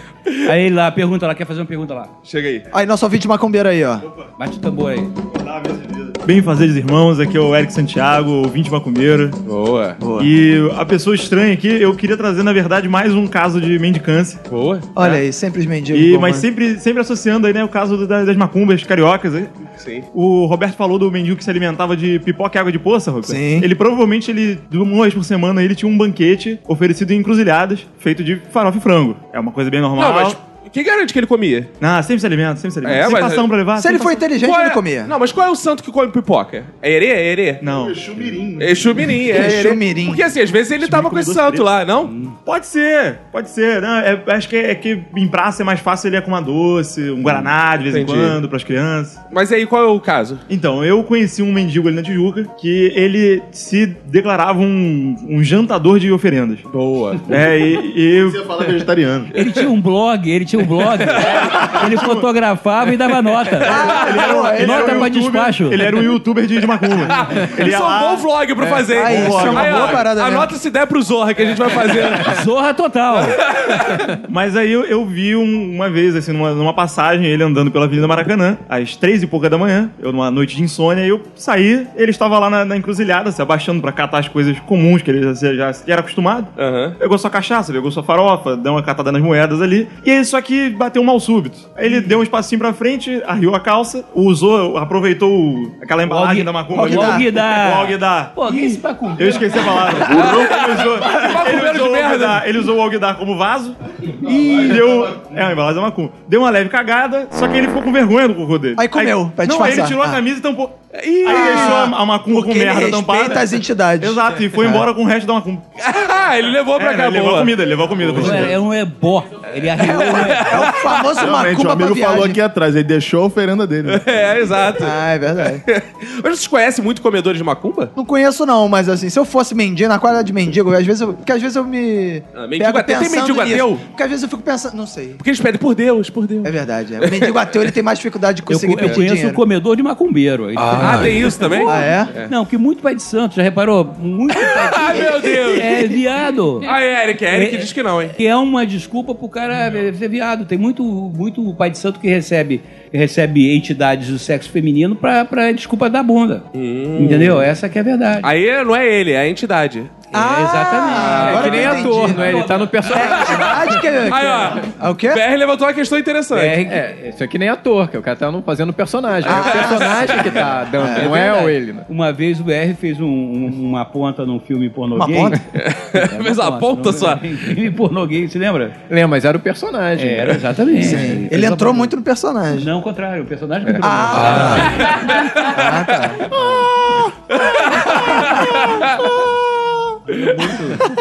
Speaker 6: Aí ele lá pergunta lá, quer fazer uma pergunta lá.
Speaker 1: Chega aí.
Speaker 2: Aí, nosso ouvinte macumbeiro aí, ó.
Speaker 6: Bate o tambor aí.
Speaker 10: Bem fazeres irmãos, aqui é o Eric Santiago, ouvinte macumbeiro.
Speaker 1: Boa.
Speaker 10: E a pessoa estranha aqui, eu queria trazer, na verdade, mais um caso de mendicância. Né?
Speaker 1: Boa.
Speaker 2: Olha aí, sempre os mendigos.
Speaker 10: E,
Speaker 2: bom,
Speaker 10: mas
Speaker 2: né?
Speaker 10: sempre, sempre associando aí, né, o caso do- das, das macumbas cariocas. aí.
Speaker 1: Sim.
Speaker 10: O Roberto falou do mendigo que se alimentava de pipoca e água de poça, Roberto.
Speaker 2: Sim.
Speaker 10: Ele provavelmente, ele, de uma vez por semana, ele tinha um banquete oferecido em encruzilhadas, feito de farofa e frango. É uma coisa bem normal.
Speaker 1: Não, mas quem garante que ele comia?
Speaker 10: Ah, sempre se alimenta, sempre se alimenta.
Speaker 1: É,
Speaker 10: sem
Speaker 1: mas-
Speaker 10: passão pra levar. um.
Speaker 2: Se
Speaker 10: sem
Speaker 2: ele for
Speaker 10: passão-
Speaker 2: inteligente,
Speaker 1: Qual é-
Speaker 2: ele comia.
Speaker 1: Não, mas qual é o santo que come pipoca? É herê? É herê?
Speaker 10: Não.
Speaker 1: Exu Mirim, é herê.
Speaker 2: Exu Mirim.
Speaker 1: Porque assim, às vezes ele tava com esse santo lá, não?
Speaker 10: Hum. Pode ser, pode ser. Não, é- acho que é, é que em praça é mais fácil ele arrumar doce, um guaraná de vez
Speaker 1: Hum, Entendi.
Speaker 10: em quando pras crianças.
Speaker 1: Mas aí qual é o caso?
Speaker 10: Então, eu conheci um mendigo ali na Tijuca que ele se declarava um, um jantador de oferendas.
Speaker 1: Boa.
Speaker 10: É, e, e-
Speaker 4: Você ia falar vegetariano.
Speaker 6: Ele tinha um blog, ele tinha um blog. ele fotografava e dava nota.
Speaker 10: Ah, um-
Speaker 6: nota pra despacho.
Speaker 10: ele era um youtuber de, de macumba. Ele ia
Speaker 1: Isso é um
Speaker 10: lá- né?
Speaker 1: bom vlog pra fazer. hein?
Speaker 2: Ah, isso é uma
Speaker 1: Aí,
Speaker 2: boa
Speaker 1: ó,
Speaker 2: parada mesmo. É.
Speaker 1: Anota essa ideia pro Zorra que a gente vai fazer.
Speaker 6: Zorra total.
Speaker 10: Mas aí eu, eu vi um- uma vez, assim, numa, numa passagem, ele andando pela Avenida Maracanã, às três e pouca da manhã, eu numa noite de insônia, eu saí, ele estava lá na, na encruzilhada, se abaixando pra catar as coisas comuns que ele já, se- já, era acostumado.
Speaker 1: Aham.
Speaker 10: Pegou sua cachaça, pegou sua farofa, deu uma catada nas moedas ali, e aí só que bateu um mal súbito. Aí ele deu um espacinho pra frente, arriou a calça, usou, aproveitou o- aquela embalagem
Speaker 6: Algui-
Speaker 10: da macumba.
Speaker 6: alguidar.
Speaker 10: O alguidar.
Speaker 6: Alguidar.
Speaker 10: O alguidar.
Speaker 6: Pô, quem é se vai com
Speaker 10: Eu esqueci a palavra. ele usou,
Speaker 1: macumbeiro
Speaker 10: ele
Speaker 1: de
Speaker 10: usou o
Speaker 1: merda.
Speaker 10: alguidar, ele usou o alguidar como vaso e deu. É, a embalagem é macumba. Deu uma leve cagada, só que ele ficou com vergonha do cocô dele.
Speaker 2: Aí comeu, pra
Speaker 10: Não, aí
Speaker 2: disfarçar.
Speaker 10: ele tirou a
Speaker 2: Ah.
Speaker 10: camisa e tampou. Aí deixou a, a macumba com
Speaker 2: Porque ele
Speaker 10: merda
Speaker 2: respeita
Speaker 10: tampada.
Speaker 2: as entidades. É.
Speaker 10: Exato, e foi embora com o resto da macumba.
Speaker 1: Ah, ele levou pra
Speaker 10: É,
Speaker 1: cá,
Speaker 10: ele levou a
Speaker 1: boa.
Speaker 10: comida, ele levou a comida. pra gente.
Speaker 6: É um ebó. Ele arriou um
Speaker 2: É o famoso
Speaker 4: Realmente, o
Speaker 2: macumba pra
Speaker 4: amigo falou aqui
Speaker 2: viagem.
Speaker 4: atrás, ele deixou a oferenda dele. né?
Speaker 1: É, exato.
Speaker 2: Ah, é verdade.
Speaker 1: Mas vocês conhecem muito comedores de macumba?
Speaker 2: Não conheço não, mas assim, se eu fosse mendigo, na qualidade de mendigo, às vezes eu, porque às vezes eu me
Speaker 1: Ah, mendigo
Speaker 2: pego
Speaker 1: ateu, tem
Speaker 2: pensando
Speaker 1: mendigo
Speaker 2: nisso.
Speaker 1: ateu?
Speaker 2: Porque às vezes eu fico pensando, não sei.
Speaker 1: Porque eles pedem por Deus, por Deus.
Speaker 2: É verdade, é. O mendigo ateu, ele tem mais dificuldade de
Speaker 6: Eu,
Speaker 2: conseguir
Speaker 6: eu
Speaker 2: pedir
Speaker 6: conheço o
Speaker 1: um
Speaker 2: dinheiro.
Speaker 6: comedor de macumbeiro. Ele
Speaker 1: Ah, tem isso também?
Speaker 6: Ah,
Speaker 2: né?
Speaker 1: é?
Speaker 6: Não, que muito pai de santo, já reparou? Muito pai de
Speaker 1: Ah, meu Deus!
Speaker 6: É viado.
Speaker 1: Ah, é, Eric. É Eric diz que não, hein?
Speaker 6: Que é uma desculpa pro cara é, ser viado. Tem muito, muito pai de santo que recebe, que recebe entidades do sexo feminino pra, pra desculpa da bunda.
Speaker 1: Hum.
Speaker 6: Entendeu? Essa que é a verdade.
Speaker 1: Aí não é ele, é a entidade.
Speaker 6: É, exatamente.
Speaker 5: É que nem ator,
Speaker 1: né?
Speaker 5: não é? Ele tá no personagem.
Speaker 2: que
Speaker 1: Aí, ó.
Speaker 2: O quê?
Speaker 1: BR levantou uma questão interessante.
Speaker 5: Ah, É, isso é que nem ator, que o cara tá no- fazendo personagem.
Speaker 9: Ah.
Speaker 5: é o personagem que
Speaker 1: Ah,
Speaker 5: tá dando, não é o
Speaker 6: verdade.
Speaker 5: ele. né?
Speaker 6: Uma vez o BR fez um- um- uma ponta num filme pornô
Speaker 5: Uma
Speaker 6: gay.
Speaker 5: ponta?
Speaker 6: É,
Speaker 5: Fez uma ponta só.
Speaker 6: num Filme pornô gay, se lembra?
Speaker 5: Lembra, mas era o personagem.
Speaker 6: É, era exatamente.
Speaker 5: Sim.
Speaker 6: Ele
Speaker 2: Ele
Speaker 6: fez
Speaker 2: entrou muito no personagem.
Speaker 6: Não, o contrário. O personagem que entrou.
Speaker 2: Ah. tá.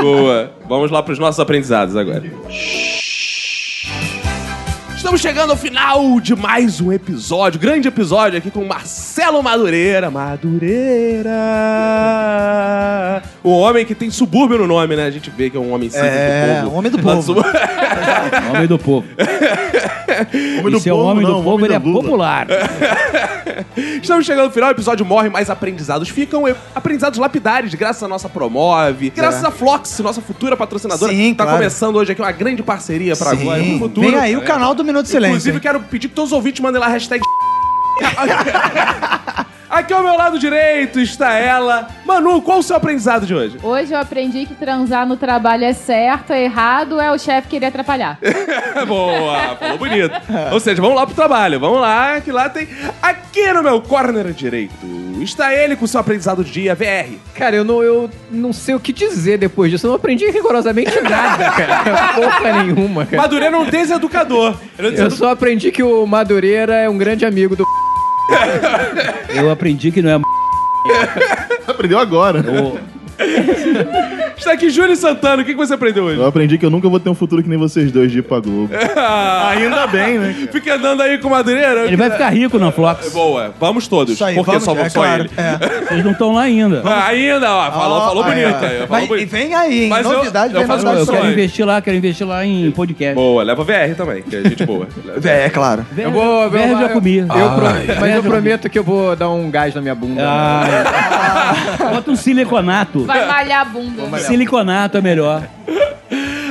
Speaker 1: Boa. Vamos lá para os nossos aprendizados agora. Estamos chegando ao final de mais um episódio, grande episódio aqui com Marcelo Madureira. Madureira. O homem que tem subúrbio no nome, né? A gente vê que é um homem simples
Speaker 2: É,
Speaker 1: do povo. Tá
Speaker 2: um homem do
Speaker 1: Lá do
Speaker 2: povo.
Speaker 1: subúrbio.
Speaker 6: Homem do povo.
Speaker 4: Homem do
Speaker 6: Esse é o
Speaker 4: povo,
Speaker 6: homem
Speaker 4: não,
Speaker 6: do povo,
Speaker 4: homem
Speaker 6: ele
Speaker 4: da
Speaker 6: é
Speaker 4: Lula.
Speaker 6: popular.
Speaker 1: Estamos chegando ao final, o episódio morre, mas aprendizados ficam. e- Aprendizados lapidares, graças à nossa Promove, graças
Speaker 2: É.
Speaker 1: à Flox, nossa futura patrocinadora,
Speaker 2: Sim,
Speaker 1: que tá
Speaker 2: claro.
Speaker 1: começando hoje aqui uma grande parceria para
Speaker 2: Sim.
Speaker 1: agora e pro futuro. É.
Speaker 2: Vem aí o canal do Minuto de Silêncio.
Speaker 1: Inclusive, quero pedir que todos os ouvintes mandem lá a hashtag. Aqui ao meu lado direito está ela. Manu, qual o seu aprendizado de hoje?
Speaker 3: Hoje eu aprendi que transar no trabalho é certo, é errado, é o chefe querer atrapalhar.
Speaker 1: Boa, falou bonito. Ou seja, vamos lá pro trabalho, vamos lá, que lá tem. Aqui no meu corner direito está ele com o seu aprendizado do dia, VR.
Speaker 5: Cara, eu não, eu não sei o que dizer depois disso. Eu não aprendi rigorosamente nada, cara. Porra nenhuma, cara.
Speaker 1: Madureira é um deseducador. Ele é um
Speaker 5: Eu
Speaker 1: desedu-
Speaker 5: só aprendi que o Madureira é um grande amigo do.
Speaker 6: Eu aprendi que não é. m****.
Speaker 4: Aprendeu agora.
Speaker 1: Está aqui Júlio Santana, o que que você aprendeu hoje?
Speaker 4: Eu aprendi que eu nunca vou ter um futuro que nem vocês dois de ir pra Globo.
Speaker 1: Ainda bem, né? Fica andando aí com Madureira.
Speaker 6: Ele vai ficar rico na Flox.
Speaker 1: Boa, vamos todos.
Speaker 2: Isso aí,
Speaker 1: porque
Speaker 2: vamos-
Speaker 1: só,
Speaker 2: é
Speaker 1: só
Speaker 2: claro,
Speaker 1: ele.
Speaker 6: Vocês não estão lá ainda.
Speaker 1: Ah, Ainda, ó, falou,
Speaker 2: Ó,
Speaker 1: falou
Speaker 2: aí,
Speaker 1: bonito
Speaker 2: ó.
Speaker 1: aí. Falou
Speaker 2: Vai-
Speaker 1: bonito.
Speaker 2: e vem aí, hein?
Speaker 1: Mas eu-
Speaker 2: novidade, né, é vem
Speaker 1: eu faço
Speaker 2: novidade.
Speaker 6: Eu
Speaker 1: Só
Speaker 6: quero
Speaker 1: ele.
Speaker 6: investir lá, quero investir lá em podcast.
Speaker 1: Boa, leva VR também, que é gente boa.
Speaker 2: É, é claro.
Speaker 5: Eu vou. eu-
Speaker 6: Verve já
Speaker 5: eu-
Speaker 6: comi.
Speaker 5: eu pro- Mas eu prometo que eu vou dar um gás na minha bunda.
Speaker 6: Bota um siliconato.
Speaker 3: Vai malhar a bunda.
Speaker 6: Siliconato é melhor.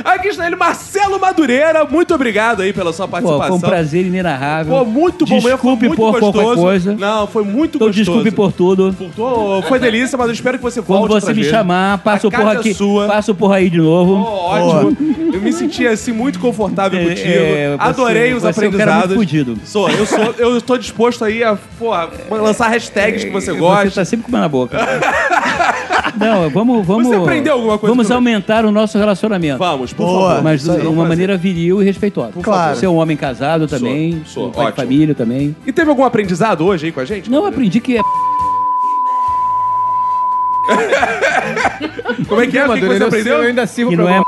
Speaker 1: Aqui está ele, Marcelo Madureira. Muito obrigado aí pela sua
Speaker 6: Pô,
Speaker 1: participação.
Speaker 6: foi um prazer inenarrável.
Speaker 1: Pô, muito bom mesmo, foi
Speaker 6: Desculpe
Speaker 1: muito
Speaker 6: por
Speaker 1: gostoso.
Speaker 6: qualquer coisa.
Speaker 1: Não, foi muito
Speaker 6: Então
Speaker 1: gostoso.
Speaker 6: desculpe por tudo.
Speaker 1: Pô, foi delícia, mas eu espero que você
Speaker 6: Quando
Speaker 1: volte
Speaker 6: você
Speaker 1: outra
Speaker 6: me
Speaker 1: vez.
Speaker 6: chamar, passa
Speaker 1: A
Speaker 6: o porra
Speaker 1: casa é
Speaker 6: aqui.
Speaker 1: sua.
Speaker 6: Passa o porra aí de novo.
Speaker 1: Pô, ótimo. Eu me senti assim muito confortável
Speaker 6: É,
Speaker 1: contigo.
Speaker 6: é, você-
Speaker 1: Adorei os
Speaker 6: você é um cara muito
Speaker 1: aprendizados.
Speaker 6: fudido.
Speaker 1: Sou, eu sou, eu tô disposto aí a, porra, lançar hashtags que você
Speaker 6: Você
Speaker 1: gosta.
Speaker 6: tá sempre com a na boca. Não, vamos, vamos.
Speaker 1: Você aprendeu alguma coisa
Speaker 6: Vamos
Speaker 1: também?
Speaker 6: aumentar o nosso relacionamento.
Speaker 1: Vamos, por
Speaker 2: Boa.
Speaker 1: favor.
Speaker 6: Mas
Speaker 1: Isso
Speaker 6: de
Speaker 1: aí,
Speaker 6: uma
Speaker 1: é um prazer.
Speaker 6: maneira viril e respeitosa.
Speaker 2: Claro.
Speaker 6: Você é um homem casado também,
Speaker 1: sou,
Speaker 6: um pai
Speaker 1: ótimo.
Speaker 6: de família também.
Speaker 1: E teve algum aprendizado hoje aí com a gente?
Speaker 6: Não, eu aprendi que é.
Speaker 1: Como é que é? O que que você
Speaker 5: Madureira, eu,
Speaker 1: aprendeu?
Speaker 5: eu ainda sirvo
Speaker 6: Que
Speaker 5: pra
Speaker 6: não é.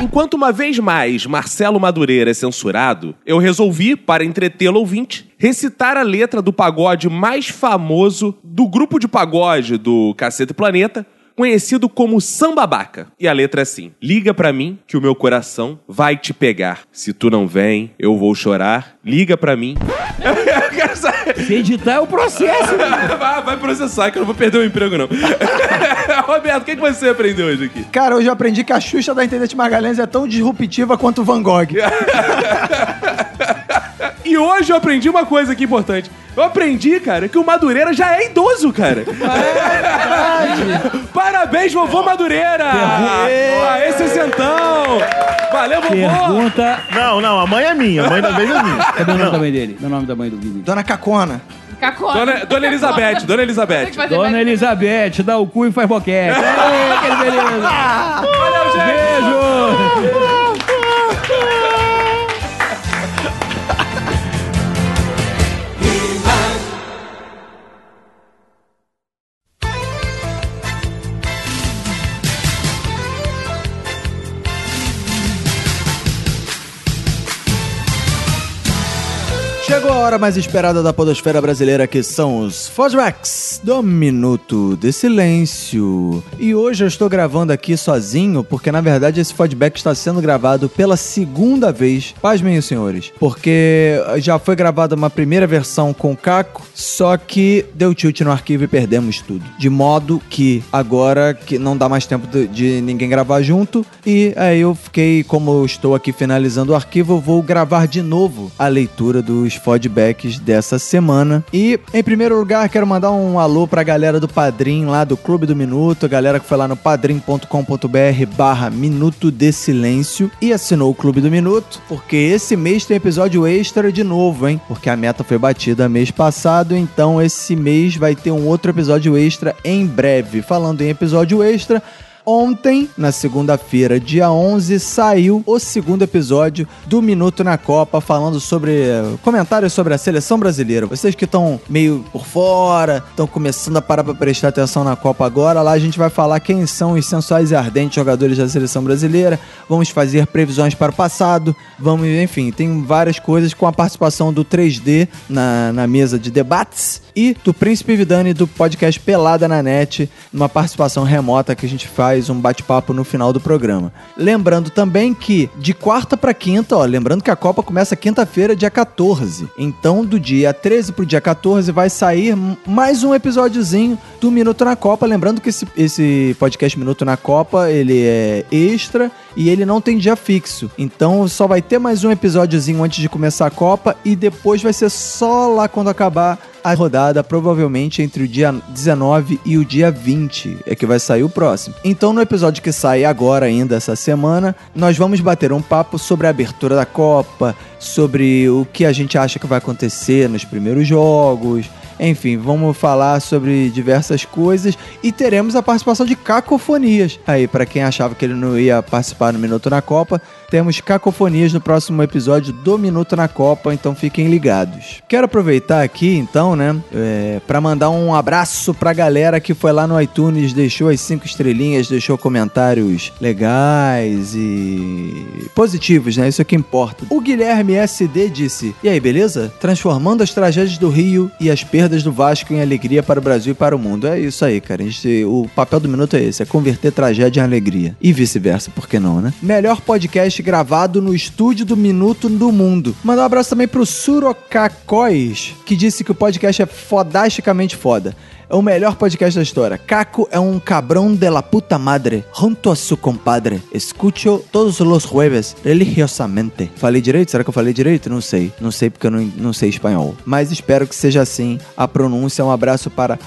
Speaker 1: Enquanto uma vez mais Marcelo Madureira é censurado, eu resolvi, para entretê-lo ouvinte, recitar a letra do pagode mais famoso do grupo de pagode do Cacete Planeta, conhecido como Sambabaca. E a letra é assim: Liga pra mim que o meu coração vai te pegar. Se tu não vem, eu vou chorar. Liga pra mim. Eu quero saber.
Speaker 6: Se editar é o processo.
Speaker 1: Vai, vai processar que eu não vou perder o emprego, não. Roberto, o que, que você aprendeu hoje aqui?
Speaker 2: Cara, hoje eu aprendi que a Xuxa da Internet Magalhães é tão disruptiva quanto o Van Gogh.
Speaker 1: E hoje eu aprendi uma coisa aqui importante. Eu aprendi, cara, que o Madureira já é idoso, cara. Ah, Parabéns, vovô Madureira! Ah, esse sessentão! Valeu, vovô!
Speaker 6: Pergunta.
Speaker 4: Não, não, a mãe é minha, a mãe da vez é minha.
Speaker 6: Cadê o nome da mãe dele? Dá o nome da mãe do Vini.
Speaker 2: Dona Cacona.
Speaker 3: Cacota.
Speaker 1: Dona, Dona Elizabeth, Dona Elizabeth.
Speaker 6: Dona Elizabeth, dá o cu e faz boquete. Aê, que beleza.
Speaker 1: Valeu, gente!
Speaker 6: Beijo.
Speaker 2: Chegou a hora mais esperada da podosfera brasileira, que são os Fosmax do Minuto de Silêncio. E hoje eu estou gravando aqui sozinho, porque na verdade esse feedback está sendo gravado pela segunda vez. Pasmem, os senhores, porque já foi gravada uma primeira versão com o Caco, só que deu tilt no arquivo e perdemos tudo. De modo que agora que não dá mais tempo de, de ninguém gravar junto, e aí eu fiquei, como eu estou aqui finalizando o arquivo, eu vou gravar de novo a leitura dos feedbacks dessa semana. E, em primeiro lugar, quero mandar um alô pra galera do Padrim, lá do Clube do Minuto, a galera que foi lá no padrim.com.br barra Minuto de Silêncio e assinou o Clube do Minuto, porque esse mês tem episódio extra de novo, hein? Porque a meta foi batida mês passado, então esse mês vai ter um outro episódio extra em breve. Falando em episódio extra, Ontem, na segunda-feira, dia 11, saiu o segundo episódio do Minuto na Copa, falando sobre comentários sobre a seleção brasileira. Vocês que estão meio por fora, estão começando a parar para prestar atenção na Copa agora, lá a gente vai falar quem são os sensuais e ardentes jogadores da seleção brasileira, vamos fazer previsões para o passado, vamos, enfim, tem várias coisas com a participação do 3D na, na mesa de debates e do Príncipe Vidani do podcast Pelada na Net, numa participação remota que a gente faz um bate-papo no final do programa. Lembrando também que de quarta para quinta, ó, lembrando que a Copa começa quinta-feira, dia 14. Então, do dia 13 pro dia 14 vai sair m- mais um episódiozinho do Minuto na Copa, lembrando que esse, esse podcast Minuto na Copa, ele é extra e ele não tem dia fixo. Então, só vai ter mais um episódiozinho antes de começar a Copa e depois vai ser só lá quando acabar a rodada provavelmente entre o dia 19 e o dia 20 é que vai sair o próximo. Então, no episódio que sai agora ainda essa semana, nós vamos bater um papo sobre a abertura da Copa, sobre o que a gente acha que vai acontecer nos primeiros jogos. Enfim, vamos falar sobre diversas coisas e teremos a participação de Cacofonias. Aí, para quem achava que ele não ia participar no Minuto na Copa, temos Cacofonias no próximo episódio do Minuto na Copa, então fiquem ligados. Quero aproveitar aqui, então, né, é, para mandar um abraço pra galera que foi lá no iTunes, deixou as cinco estrelinhas, deixou comentários legais e positivos, né? Isso é que importa. O Guilherme SD disse: E aí, beleza? Transformando as tragédias do Rio e as perdas do Vasco em alegria para o Brasil e para o mundo. É isso aí, cara. A gente- o papel do minuto é esse: é converter tragédia em alegria. E vice-versa, por que não, né? Melhor podcast gravado no estúdio do Minuto do Mundo. Mandar um abraço também pro Surocacóis, que disse que o podcast é fodasticamente foda. É o melhor podcast da história. Caco é um cabrão de la puta madre. Junto a su compadre. Escucho todos los jueves religiosamente. Falei direito? Será que eu falei direito? Não sei. Não sei porque eu não, não sei espanhol. Mas espero que seja assim a pronúncia. Um abraço para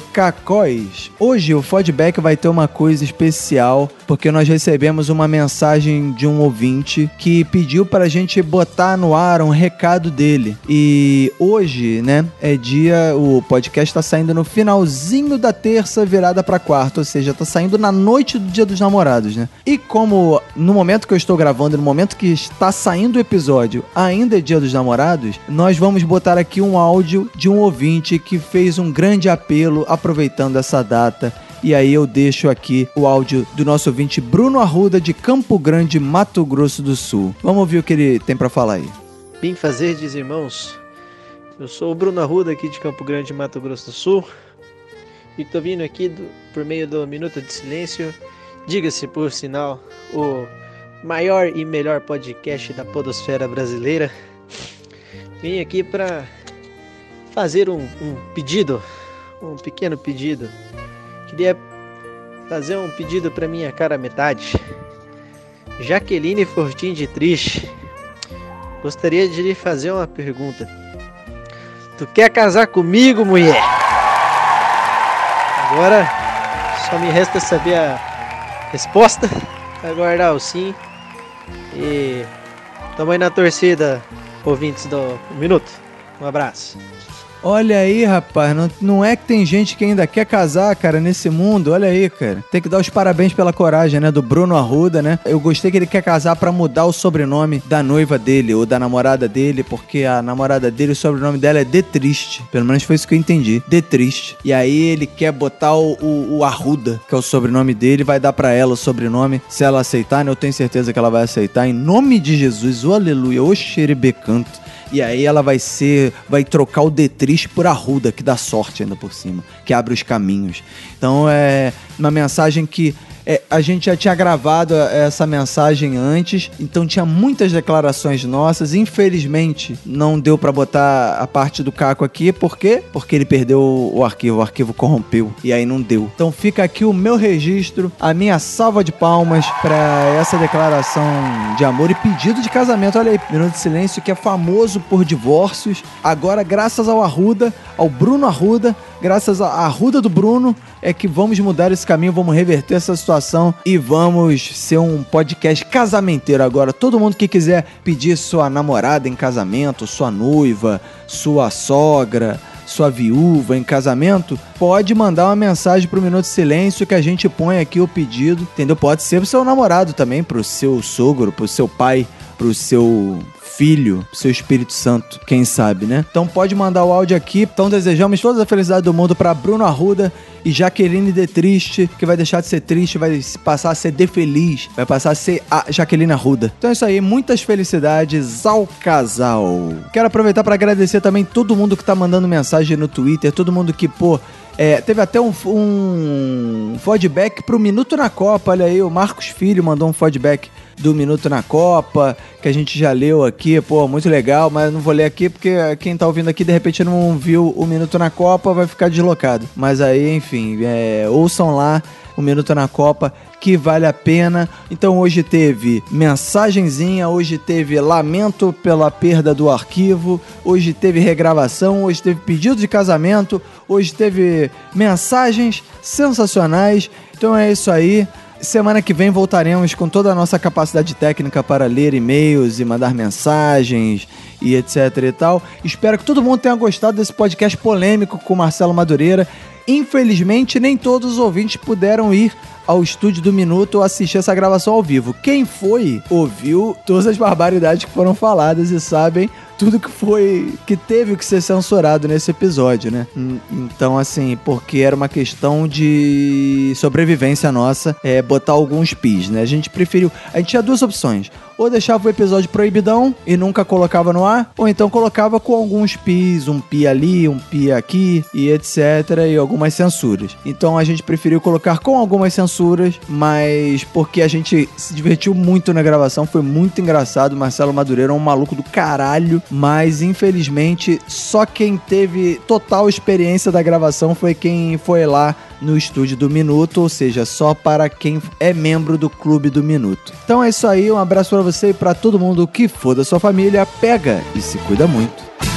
Speaker 2: Surocacóis. Hoje o feedback vai ter uma coisa especial porque nós recebemos uma mensagem de um ouvinte que pediu pra gente botar no ar um recado dele. E hoje, né, é dia. O podcast tá saindo no finalzinho da terça, virada pra quarta, ou seja, tá saindo na noite do dia dos namorados, né? E como no momento que eu estou gravando, no momento que está saindo o episódio, ainda é dia dos namorados, nós vamos botar aqui um áudio de um ouvinte que fez um grande apelo aproveitando essa data. E aí eu deixo aqui o áudio do nosso ouvinte Bruno Arruda de Campo Grande, Mato Grosso do Sul. Vamos ouvir o que ele tem pra falar aí.
Speaker 11: Bem fazer, diz irmãos. Eu sou o Bruno Arruda aqui de Campo Grande, Mato Grosso do Sul. E tô vindo aqui do- por meio do Minuto de Silêncio. Diga-se por sinal, o maior e melhor podcast da podosfera brasileira. Vim aqui para fazer um, um pedido, um pequeno pedido. Queria fazer um pedido para minha cara metade. Jaqueline Fortin de Triste. Gostaria de lhe fazer uma pergunta. Tu quer casar comigo, mulher? Agora só me resta saber a resposta. Aguardar o sim. E tamo aí na torcida, ouvintes do Minuto. Um abraço.
Speaker 2: Olha aí, rapaz, não, não é que tem gente que ainda quer casar, cara, nesse mundo. Olha aí, cara. Tem que dar os parabéns pela coragem, né, do Bruno Arruda, né? Eu gostei que ele quer casar pra mudar o sobrenome da noiva dele ou da namorada dele, porque a namorada dele, o sobrenome dela é De Triste. Pelo menos foi isso que eu entendi. De Triste. E aí ele quer botar o, o- o Arruda, que é o sobrenome dele, vai dar pra ela o sobrenome. Se ela aceitar, né, eu tenho certeza que ela vai aceitar. Em nome de Jesus, o aleluia, o xerebecanto. E aí ela vai ser. Vai trocar o Detriz por Arruda, que dá sorte ainda por cima, que abre os caminhos. Então é uma mensagem que. é, a gente já tinha gravado é, essa mensagem antes, então tinha muitas declarações nossas. Infelizmente, não deu pra botar a parte do Caco aqui, por quê? Porque ele perdeu o arquivo, o arquivo corrompeu e aí não deu. Então fica aqui o meu registro, a minha salva de palmas pra essa declaração de amor e pedido de casamento. Olha aí, Minuto de Silêncio, que é famoso por divórcios. Agora, graças ao Arruda, ao Bruno Arruda, graças à Arruda do Bruno, é que vamos mudar esse caminho, vamos reverter essa situação e vamos ser um podcast casamenteiro agora. Todo mundo que quiser pedir sua namorada em casamento, sua noiva, sua sogra, sua viúva em casamento, pode mandar uma mensagem pro Minuto de Silêncio que a gente põe aqui o pedido, entendeu? Pode ser pro seu namorado também, pro seu sogro, pro seu pai, pro seu filho, pro seu Espírito Santo, quem sabe, né? Então pode mandar o áudio aqui. Então desejamos toda a felicidade do mundo pra Bruno Arruda e Jaqueline de Triste, que vai deixar de ser triste, vai se passar a ser de feliz, vai passar a ser a Jaqueline Arruda. Então é isso aí, muitas felicidades ao casal. Quero aproveitar pra agradecer também todo mundo que tá mandando mensagem no Twitter, todo mundo que, pô, é, teve até um, um feedback pro Minuto na Copa. Olha aí, o Marcos Filho mandou um feedback do Minuto na Copa, que a gente já leu aqui, pô, muito legal, mas eu não vou ler aqui porque quem tá ouvindo aqui de repente não viu o Minuto na Copa, vai ficar deslocado. Mas aí, enfim, é, ouçam lá o Minuto na Copa, que vale a pena. Então hoje teve mensagenzinha, hoje teve lamento pela perda do arquivo, hoje teve regravação, hoje teve pedido de casamento, hoje teve mensagens sensacionais. Então é isso aí. Semana que vem voltaremos com toda a nossa capacidade técnica para ler e-mails e mandar mensagens e etc e tal. Espero que todo mundo tenha gostado desse podcast polêmico com o Marcelo Madureira. Infelizmente, nem todos os ouvintes puderam ir ao estúdio do Minuto assistir essa gravação ao vivo. Quem foi, ouviu todas as barbaridades que foram faladas e sabem tudo que foi, que teve que ser censurado nesse episódio, né? Hum, Então, assim, porque era uma questão de sobrevivência nossa, é, botar alguns pis, né? A gente preferiu, a gente tinha duas opções, ou deixava o episódio proibidão e nunca colocava no ar, ou então colocava com alguns pis, um pi ali, um pi aqui e etc, e algumas censuras. Então a gente preferiu colocar com algumas censuras, mas porque a gente se divertiu muito na gravação, foi muito engraçado. Marcelo Madureira é um maluco do caralho, mas infelizmente só quem teve total experiência da gravação foi quem foi lá no estúdio do Minuto, ou seja, só para quem é membro do Clube do Minuto. Então é isso aí, um abraço pra você e pra todo mundo que for da sua família, pega e se cuida muito.